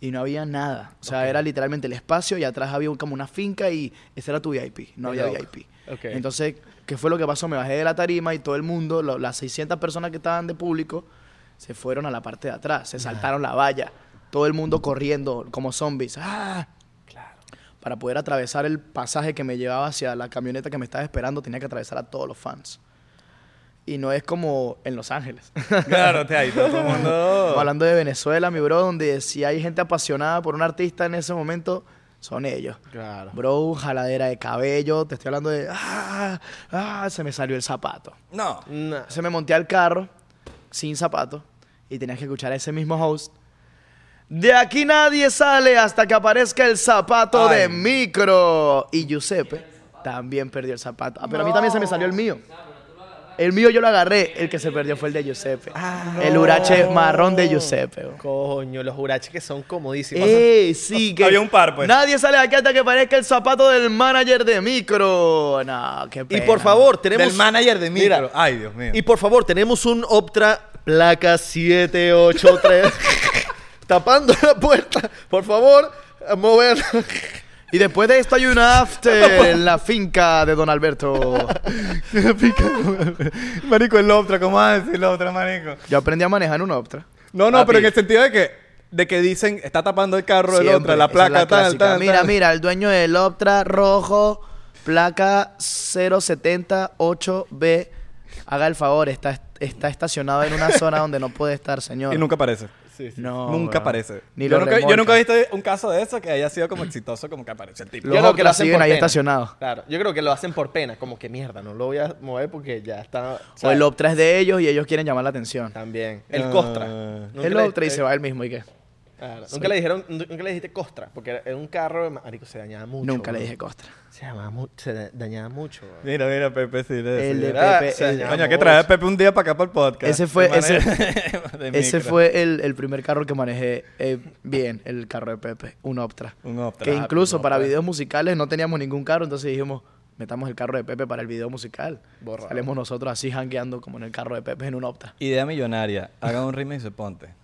Speaker 3: y no había nada. O sea, era literalmente el espacio y atrás había un- como una finca y ese era tu VIP, no
Speaker 2: Qué
Speaker 3: había
Speaker 2: loco.
Speaker 3: VIP.
Speaker 2: Ok.
Speaker 3: Entonces, ¿qué fue lo que pasó? Me bajé de la tarima y todo el mundo, lo- las 600 personas que estaban de público, se fueron a la parte de atrás, se saltaron la valla, todo el mundo corriendo como zombies. ¡Ah! Para poder atravesar el pasaje que me llevaba hacia la camioneta que me estaba esperando, tenía que atravesar a todos los fans. Y no es como en Los Ángeles.
Speaker 1: Claro, te ahí, todo el mundo.
Speaker 3: Estamos hablando de Venezuela, mi bro, donde si hay gente apasionada por un artista en ese momento, son ellos.
Speaker 2: Claro.
Speaker 3: Bro, jaladera de cabello, te estoy hablando de... Ah, ah, se me salió el zapato.
Speaker 1: No.
Speaker 2: No.
Speaker 3: Se me monté al carro sin zapato y tenías que escuchar a ese mismo host. De aquí nadie sale hasta que aparezca el zapato
Speaker 1: Ay.
Speaker 3: de micro. Y Giuseppe también perdió el zapato. Ah, pero a mí también se me salió el mío. El mío yo lo agarré. El que se perdió fue el de Giuseppe. El hurache marrón de Giuseppe. bro.
Speaker 2: Coño, los huraches que son comodísimos.
Speaker 3: ¡Ey, Eh, sí! Que
Speaker 1: Había un par, pues.
Speaker 3: Nadie sale de aquí hasta que aparezca el zapato del manager de micro. No, qué
Speaker 2: y
Speaker 3: pena.
Speaker 2: por favor, tenemos...
Speaker 1: Del manager de mí.
Speaker 2: Mira,
Speaker 1: Ay, Dios mío.
Speaker 2: Y por favor, tenemos un Optra placa 783 tapando la puerta. Por favor, a mover.
Speaker 3: Y después de esto hay un after en la finca de Don Alberto.
Speaker 1: marico, el Optra, ¿cómo vas a decir el Optra, marico?
Speaker 3: Yo aprendí a manejar en un Optra.
Speaker 1: No, no,
Speaker 2: Papi.
Speaker 1: pero en el sentido de que, de que dicen, está tapando el carro
Speaker 3: Siempre.
Speaker 1: el Optra, la
Speaker 3: Esa es
Speaker 1: placa, tal,
Speaker 3: clásica.
Speaker 1: tal,
Speaker 3: Mira,
Speaker 1: tal.
Speaker 3: mira, el dueño del Optra rojo, placa 078B. Haga el favor, está, está estacionado en una zona donde no puede estar, señor.
Speaker 1: Y nunca aparece.
Speaker 3: No,
Speaker 1: nunca
Speaker 3: bro.
Speaker 1: aparece.
Speaker 3: Ni
Speaker 1: yo,
Speaker 3: lo
Speaker 1: nunca, yo
Speaker 3: remolca.
Speaker 1: nunca he visto un caso de eso que haya sido como exitoso, como que aparece el tipo.
Speaker 3: Los
Speaker 2: creo que lo
Speaker 3: Optras
Speaker 2: hacen
Speaker 3: siguen
Speaker 2: por
Speaker 3: ahí
Speaker 2: pena.
Speaker 3: estacionados.
Speaker 2: Claro, yo creo que lo hacen por pena, como que mierda, no lo voy a mover porque ya está.
Speaker 3: O
Speaker 2: ¿sabes?
Speaker 3: el Optra es de ellos y ellos quieren llamar la atención.
Speaker 2: También. El Costra.
Speaker 1: Ah.
Speaker 2: ¿No
Speaker 3: el
Speaker 2: crees?
Speaker 3: Optra y se va el mismo, ¿y qué?
Speaker 2: Claro. Nunca le dijeron, nunca le dijiste costra, porque era, era un carro, marico, se dañaba mucho.
Speaker 3: Nunca le
Speaker 2: bro.
Speaker 3: dije Costra.
Speaker 2: Se, llamaba mu- se da- dañaba mucho. bro.
Speaker 1: Mira, mira, Pepe sí le
Speaker 3: El
Speaker 1: decía.
Speaker 3: de
Speaker 2: Ah,
Speaker 3: Pepe,
Speaker 2: se
Speaker 3: el-
Speaker 2: dañaba
Speaker 1: Coño, hay que
Speaker 2: mucho.
Speaker 1: traer a Pepe un día para acá para el podcast.
Speaker 3: Ese fue-
Speaker 1: De
Speaker 3: ese-
Speaker 1: manera- de
Speaker 3: Ese
Speaker 1: micro.
Speaker 3: fue el, el primer carro que manejé eh, bien, el carro de Pepe, un Optra.
Speaker 1: Un Optra.
Speaker 3: Que
Speaker 1: Ah,
Speaker 3: incluso
Speaker 1: un
Speaker 3: para
Speaker 1: Optra.
Speaker 3: videos musicales no teníamos ningún carro, entonces dijimos, metamos el carro de Pepe para el video musical.
Speaker 2: Borrado.
Speaker 3: Salimos nosotros así jangueando como en el carro de Pepe en un Optra.
Speaker 1: Idea millonaria. Haga un remix y se ponte.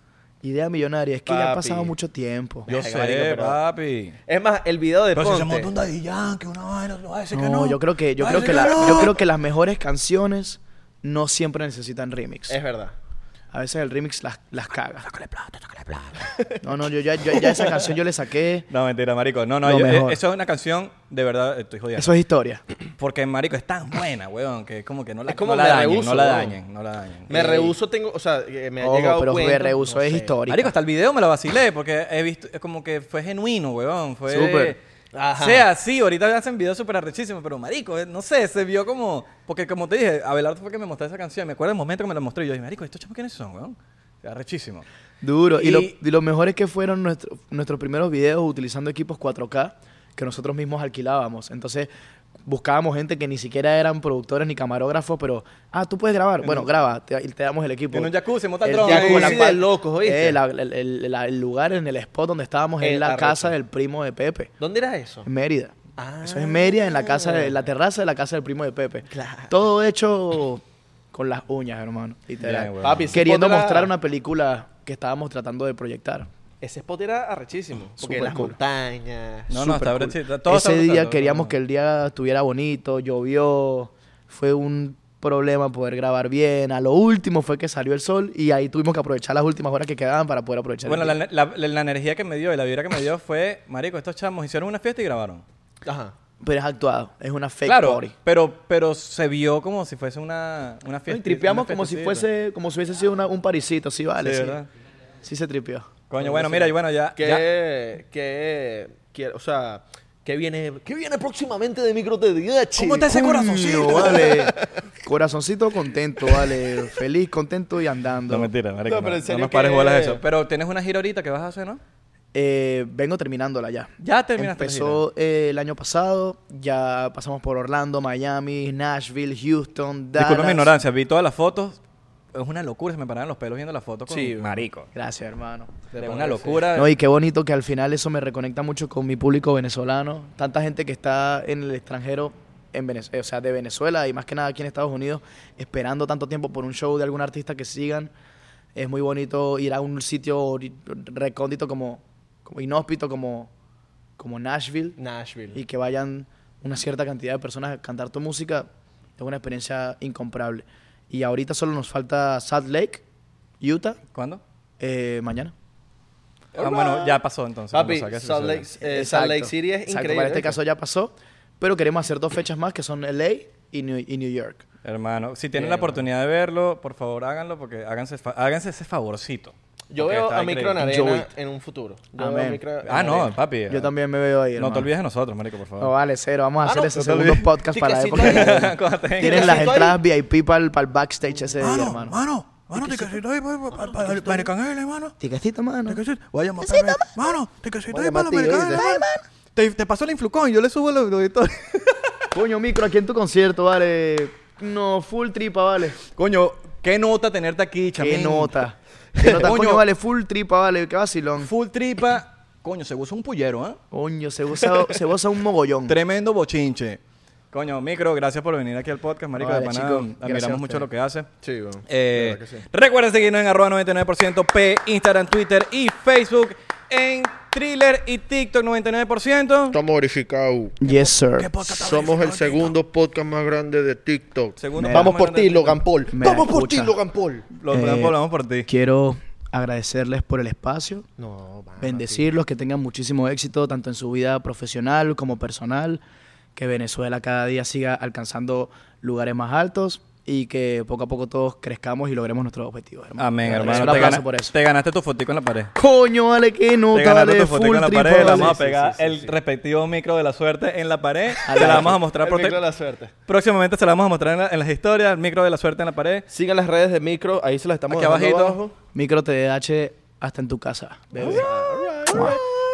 Speaker 3: Idea millonaria, es que ya ha
Speaker 2: Papi.
Speaker 3: pasado mucho tiempo.
Speaker 1: Yo
Speaker 2: Verga,
Speaker 1: sé,
Speaker 2: marico, pero-
Speaker 1: papi.
Speaker 2: Es más, el video de
Speaker 1: Pero si se
Speaker 2: Ponte.
Speaker 1: montó un Daddy Yankee, una vaina, no va a decir que
Speaker 3: no,
Speaker 1: no.
Speaker 3: yo creo que, yo
Speaker 1: Va a
Speaker 3: creo que,
Speaker 1: decir
Speaker 3: la-
Speaker 1: no.
Speaker 3: yo creo que las mejores canciones no siempre necesitan remix.
Speaker 2: Es verdad.
Speaker 3: A veces el remix las, las caga. No, no, yo ya, yo ya esa canción yo le saqué.
Speaker 1: No, mentira, marico. No, no,
Speaker 3: Lo
Speaker 1: yo-
Speaker 3: mejor.
Speaker 1: eh, eso es una canción, de verdad, estoy jodiendo.
Speaker 3: Eso es historia.
Speaker 1: Porque, marico, es tan buena, weón, que es como que no la,
Speaker 2: Es como
Speaker 1: no la
Speaker 2: me
Speaker 1: dañen,
Speaker 2: rehuso,
Speaker 1: no la
Speaker 2: weón.
Speaker 1: dañen, no la dañen. Eh,
Speaker 2: Me
Speaker 3: Ey.
Speaker 2: rehuso, tengo, o sea, que me ha
Speaker 3: Ojo,
Speaker 2: llegado
Speaker 3: pero
Speaker 2: cuento,
Speaker 3: me rehuso
Speaker 2: no
Speaker 3: es
Speaker 2: sé.
Speaker 3: histórico.
Speaker 1: Marico, hasta el video me lo vacilé porque he visto, es como que fue genuino, weón. Fue.
Speaker 3: Súper.
Speaker 2: Ajá.
Speaker 1: Sea, sí, ahorita hacen videos súper arrechísimos, pero marico, eh, no sé, se vio como. Porque como te dije, Abelardo fue que me mostró esa canción. Me acuerdo el momento que me la mostró y yo dije, marico, ¿estos chamos quiénes son, weón? Arrechísimo.
Speaker 3: Duro. Y,
Speaker 1: Y-
Speaker 3: lo, y lo mejor es que fueron nuestro- nuestros primeros videos utilizando equipos 4K que nosotros mismos alquilábamos. Entonces buscábamos gente que ni siquiera eran productores ni camarógrafos, pero, ah, tú puedes grabar. Bueno, graba te- y te damos el equipo.
Speaker 1: En un jacuzzi, monta
Speaker 3: El
Speaker 1: el dron.
Speaker 2: jacuzzi
Speaker 1: ahí.
Speaker 3: con la
Speaker 2: de
Speaker 3: cual-
Speaker 2: locos, ¿oíste?
Speaker 3: Eh, la- el, el- la- el lugar en el spot donde estábamos
Speaker 2: Eh,
Speaker 3: en la
Speaker 2: arrecho.
Speaker 3: casa del primo de Pepe,
Speaker 2: ¿Dónde era eso?
Speaker 3: en Mérida.
Speaker 2: Ah.
Speaker 3: Eso es en Mérida, en la casa, de- en la terraza de la casa del primo de Pepe.
Speaker 2: Claro.
Speaker 3: Todo hecho con las uñas, hermano, literal.
Speaker 1: Bien, weón.
Speaker 2: Papi, ese
Speaker 3: queriendo
Speaker 2: spot era-
Speaker 3: mostrar una película que estábamos tratando de proyectar.
Speaker 2: Ese spot era arrechísimo. Porque
Speaker 3: Súper
Speaker 2: las
Speaker 3: cool.
Speaker 2: montañas.
Speaker 1: No, no,
Speaker 3: Súper
Speaker 1: está
Speaker 3: cool.
Speaker 1: brechito, está- todo
Speaker 3: Ese
Speaker 1: está
Speaker 3: día
Speaker 1: brechito,
Speaker 3: queríamos
Speaker 1: todo.
Speaker 3: que el día estuviera bonito, llovió, fue un problema poder grabar bien. A lo último fue que salió el sol y ahí tuvimos que aprovechar las últimas horas que quedaban para poder aprovechar.
Speaker 1: Bueno,
Speaker 3: el
Speaker 1: la,
Speaker 3: día.
Speaker 1: la- la- la energía que me dio y la vibra que me dio fue, marico, estos chamos hicieron una fiesta y grabaron.
Speaker 2: Ajá.
Speaker 3: Pero es actuado, es una fake
Speaker 1: claro,
Speaker 3: party.
Speaker 1: pero pero se vio como si fuese una, una
Speaker 3: No,
Speaker 1: fiesta.
Speaker 3: y tripeamos
Speaker 1: una
Speaker 3: como si
Speaker 1: fiestecita.
Speaker 3: fuese, como si hubiese sido una- un parisito, sí vale,
Speaker 1: Sí,
Speaker 3: sí.
Speaker 1: ¿verdad?
Speaker 3: Sí se tripeó.
Speaker 1: Coño, bueno, mira, y bueno, ya. ya-
Speaker 2: ¿Qué, qué, qué- o sea, qué viene, qué viene próximamente de Micro Ah, TDH?
Speaker 1: ¿Cómo está ese
Speaker 3: Coño,
Speaker 1: corazoncito?
Speaker 3: vale. Corazoncito contento, vale. Feliz, contento y andando.
Speaker 1: No, mentira, marico.
Speaker 2: No,
Speaker 1: No,
Speaker 2: pero en
Speaker 1: no
Speaker 2: serio
Speaker 1: nos pares
Speaker 2: que-
Speaker 1: bolas a eso. Pero tienes una gira ahorita que vas a hacer, ¿no?
Speaker 3: Eh, vengo terminándola ya.
Speaker 1: Ya terminaste la
Speaker 3: Empezó eh, el año pasado, ya pasamos por Orlando, Miami, Nashville, Houston, Dallas.
Speaker 1: Disculpa mi ignorancia, vi todas las fotos. Es una locura, se me paraban los pelos viendo las fotos con
Speaker 2: Sí.
Speaker 1: marico.
Speaker 3: Gracias, hermano.
Speaker 1: Es
Speaker 2: pana
Speaker 1: una
Speaker 2: que
Speaker 1: locura.
Speaker 3: No, y qué bonito que al final eso me reconecta mucho con mi público venezolano. Tanta gente que está en el extranjero, en Venez- o sea, de Venezuela y más que nada aquí en Estados Unidos, esperando tanto tiempo por un show de algún artista que sigan. Es muy bonito ir a un sitio ori- recóndito como, como inhóspito, como, como Nashville,
Speaker 2: Nashville.
Speaker 3: y que vayan una cierta cantidad de personas a cantar tu música. Es una experiencia incomparable. Y ahorita solo nos falta Salt Lake, Utah,
Speaker 1: ¿Cuándo?
Speaker 3: eh, mañana.
Speaker 1: Ah, bueno, ya pasó entonces.
Speaker 2: Papi,
Speaker 1: cuando saques eso,
Speaker 2: Salt
Speaker 1: ya.
Speaker 2: Lake, eh, Salt
Speaker 3: Exacto.
Speaker 2: Lake City es
Speaker 3: Exacto,
Speaker 2: increíble.
Speaker 3: Para este caso ya pasó, pero queremos hacer dos fechas más que son LA y New, y New York.
Speaker 1: Hermano, si tienen
Speaker 2: Bien,
Speaker 1: la
Speaker 2: hermano.
Speaker 1: oportunidad de verlo, por favor háganlo porque háganse, fa- háganse ese favorcito.
Speaker 2: Yo
Speaker 1: Porque
Speaker 2: veo
Speaker 1: está
Speaker 2: a Micro en
Speaker 1: increíble.
Speaker 3: Enjoy
Speaker 2: Arena
Speaker 3: it.
Speaker 2: en un futuro. Yo
Speaker 3: Amén.
Speaker 2: veo a Micro en
Speaker 1: Ah, no,
Speaker 2: Arena.
Speaker 1: papi.
Speaker 3: Yo también me veo
Speaker 1: No
Speaker 3: ahí.
Speaker 1: te
Speaker 3: hermano.
Speaker 1: olvides de nosotros, marico, por favor.
Speaker 3: No, vale, cero. Vamos a
Speaker 2: Ah,
Speaker 3: hacer
Speaker 2: no,
Speaker 3: ese
Speaker 2: no te
Speaker 3: segundo
Speaker 1: olvides.
Speaker 3: podcast para la
Speaker 2: Tiquecito
Speaker 3: época.
Speaker 2: ahí.
Speaker 3: de-
Speaker 1: Cuando tengas-
Speaker 3: Tienen las
Speaker 2: Tiquecito
Speaker 3: entradas VIP para el backstage ese día, hermano.
Speaker 4: Mano, mano, te quesito ahí
Speaker 1: pues,
Speaker 4: para el American hermano.
Speaker 3: Tiquecito, mano.
Speaker 4: Te quesito. Voy a llamar para el- Mano, te quesito ahí para el American Ale, mano.
Speaker 1: pues, Te, te paso el influcón, yo le subo los auditores.
Speaker 3: Coño, micro, aquí en tu concierto, vale. No, full tripa, vale.
Speaker 1: Coño, qué nota tenerte aquí,
Speaker 3: Qué
Speaker 1: chamín.
Speaker 3: nota. Qué nota,
Speaker 1: Coño.
Speaker 3: coño, vale, full tripa, vale. Qué vacilón.
Speaker 1: Full tripa. Coño, se usa un pullero, ¿eh?
Speaker 3: Coño, se usa, se usa un mogollón.
Speaker 1: Tremendo bochinche. Coño, Micro, gracias por venir aquí al podcast, marico.
Speaker 3: Vale,
Speaker 1: de pana,
Speaker 3: chicos, gracias a
Speaker 1: admiramos mucho
Speaker 3: ustedes.
Speaker 1: lo que hace.
Speaker 2: Sí, bueno.
Speaker 1: Eh,
Speaker 2: de verdad que sí.
Speaker 1: Recuerden seguirnos en arroba 99% P, Instagram, Twitter y Facebook. En Thriller y TikTok 99%.
Speaker 5: Estamos verificados.
Speaker 3: Yes, sir.
Speaker 4: ¿Qué podcast está
Speaker 5: Somos el
Speaker 4: verificado,
Speaker 5: segundo podcast más grande de TikTok.
Speaker 1: Segundo,
Speaker 5: Vamos
Speaker 1: más
Speaker 5: por
Speaker 1: grande
Speaker 5: ti,
Speaker 1: de
Speaker 5: Logan Paul.
Speaker 3: Mira,
Speaker 5: Vamos por ti,
Speaker 3: escucha.
Speaker 5: Logan Paul.
Speaker 1: Lo
Speaker 3: Eh,
Speaker 1: Logan Paul, vamos por ti.
Speaker 3: Quiero agradecerles por el espacio.
Speaker 5: Ah, No, mano,
Speaker 3: Bendecirlos, que tengan muchísimo éxito tanto en su vida profesional como personal, que Venezuela cada día siga alcanzando lugares más altos y que poco a poco todos crezcamos y logremos nuestros objetivos, hermano.
Speaker 1: Amén,
Speaker 3: Les
Speaker 1: hermano.
Speaker 3: Un
Speaker 1: Te,
Speaker 3: aplauso
Speaker 1: gana-
Speaker 3: por eso.
Speaker 1: te ganaste tu fotico en la pared.
Speaker 3: Coño, vale, que no,
Speaker 1: Te ganaste
Speaker 3: vale,
Speaker 1: tu fotico
Speaker 3: full
Speaker 1: en la
Speaker 3: tripa,
Speaker 1: pared. Le
Speaker 3: vale.
Speaker 1: vamos a
Speaker 2: Sí, sí,
Speaker 1: pegar
Speaker 2: sí,
Speaker 1: el
Speaker 2: sí.
Speaker 1: respectivo micro de la suerte en la pared.
Speaker 3: A
Speaker 1: Te
Speaker 3: la-
Speaker 1: la vamos a mostrar.
Speaker 2: El
Speaker 1: prote-
Speaker 2: Micro de la suerte.
Speaker 1: Próximamente se la vamos a mostrar en, la- en las historias. El micro de la suerte en la pared.
Speaker 2: Sigan las redes de Micro, ahí se las estamos
Speaker 1: Aquí
Speaker 2: dejando
Speaker 1: abajito.
Speaker 2: abajo.
Speaker 3: Micro TDH hasta en tu casa. bebé.
Speaker 2: Ah, güey.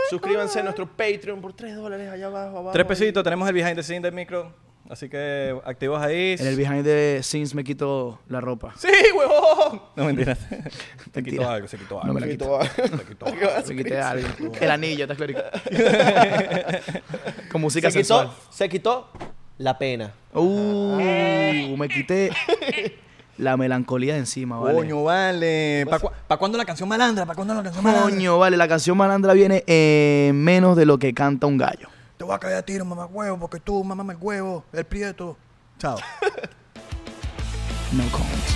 Speaker 2: Suscríbanse a nuestro Patreon por 3 dólares allá abajo, abajo.
Speaker 1: Tres
Speaker 2: ahí.
Speaker 1: pesitos, tenemos el behind the scene del micro. Así que activos ahí.
Speaker 3: En el behind the scenes me quito la ropa.
Speaker 1: ¡Sí, huevón! No, mentira. Se quitó
Speaker 3: Mentira.
Speaker 1: algo, se quitó algo.
Speaker 3: No me la
Speaker 1: Se
Speaker 3: quito.
Speaker 1: Se quitó algo.
Speaker 3: Me quité algo. El anillo, está claro. Con música
Speaker 2: Se
Speaker 3: sensual.
Speaker 2: quitó, se quitó la pena.
Speaker 3: Uh, me quité la melancolía de encima, vale.
Speaker 1: Coño, vale. ¿Para cuándo la canción malandra? ¿Para cuándo la canción malandra?
Speaker 3: Coño, vale, la canción Malandra viene en menos de lo que canta un gallo.
Speaker 4: Te voy a caer a tiro, mamá huevo, porque tú, mamá el huevo, el prieto. Chao.
Speaker 3: No comments.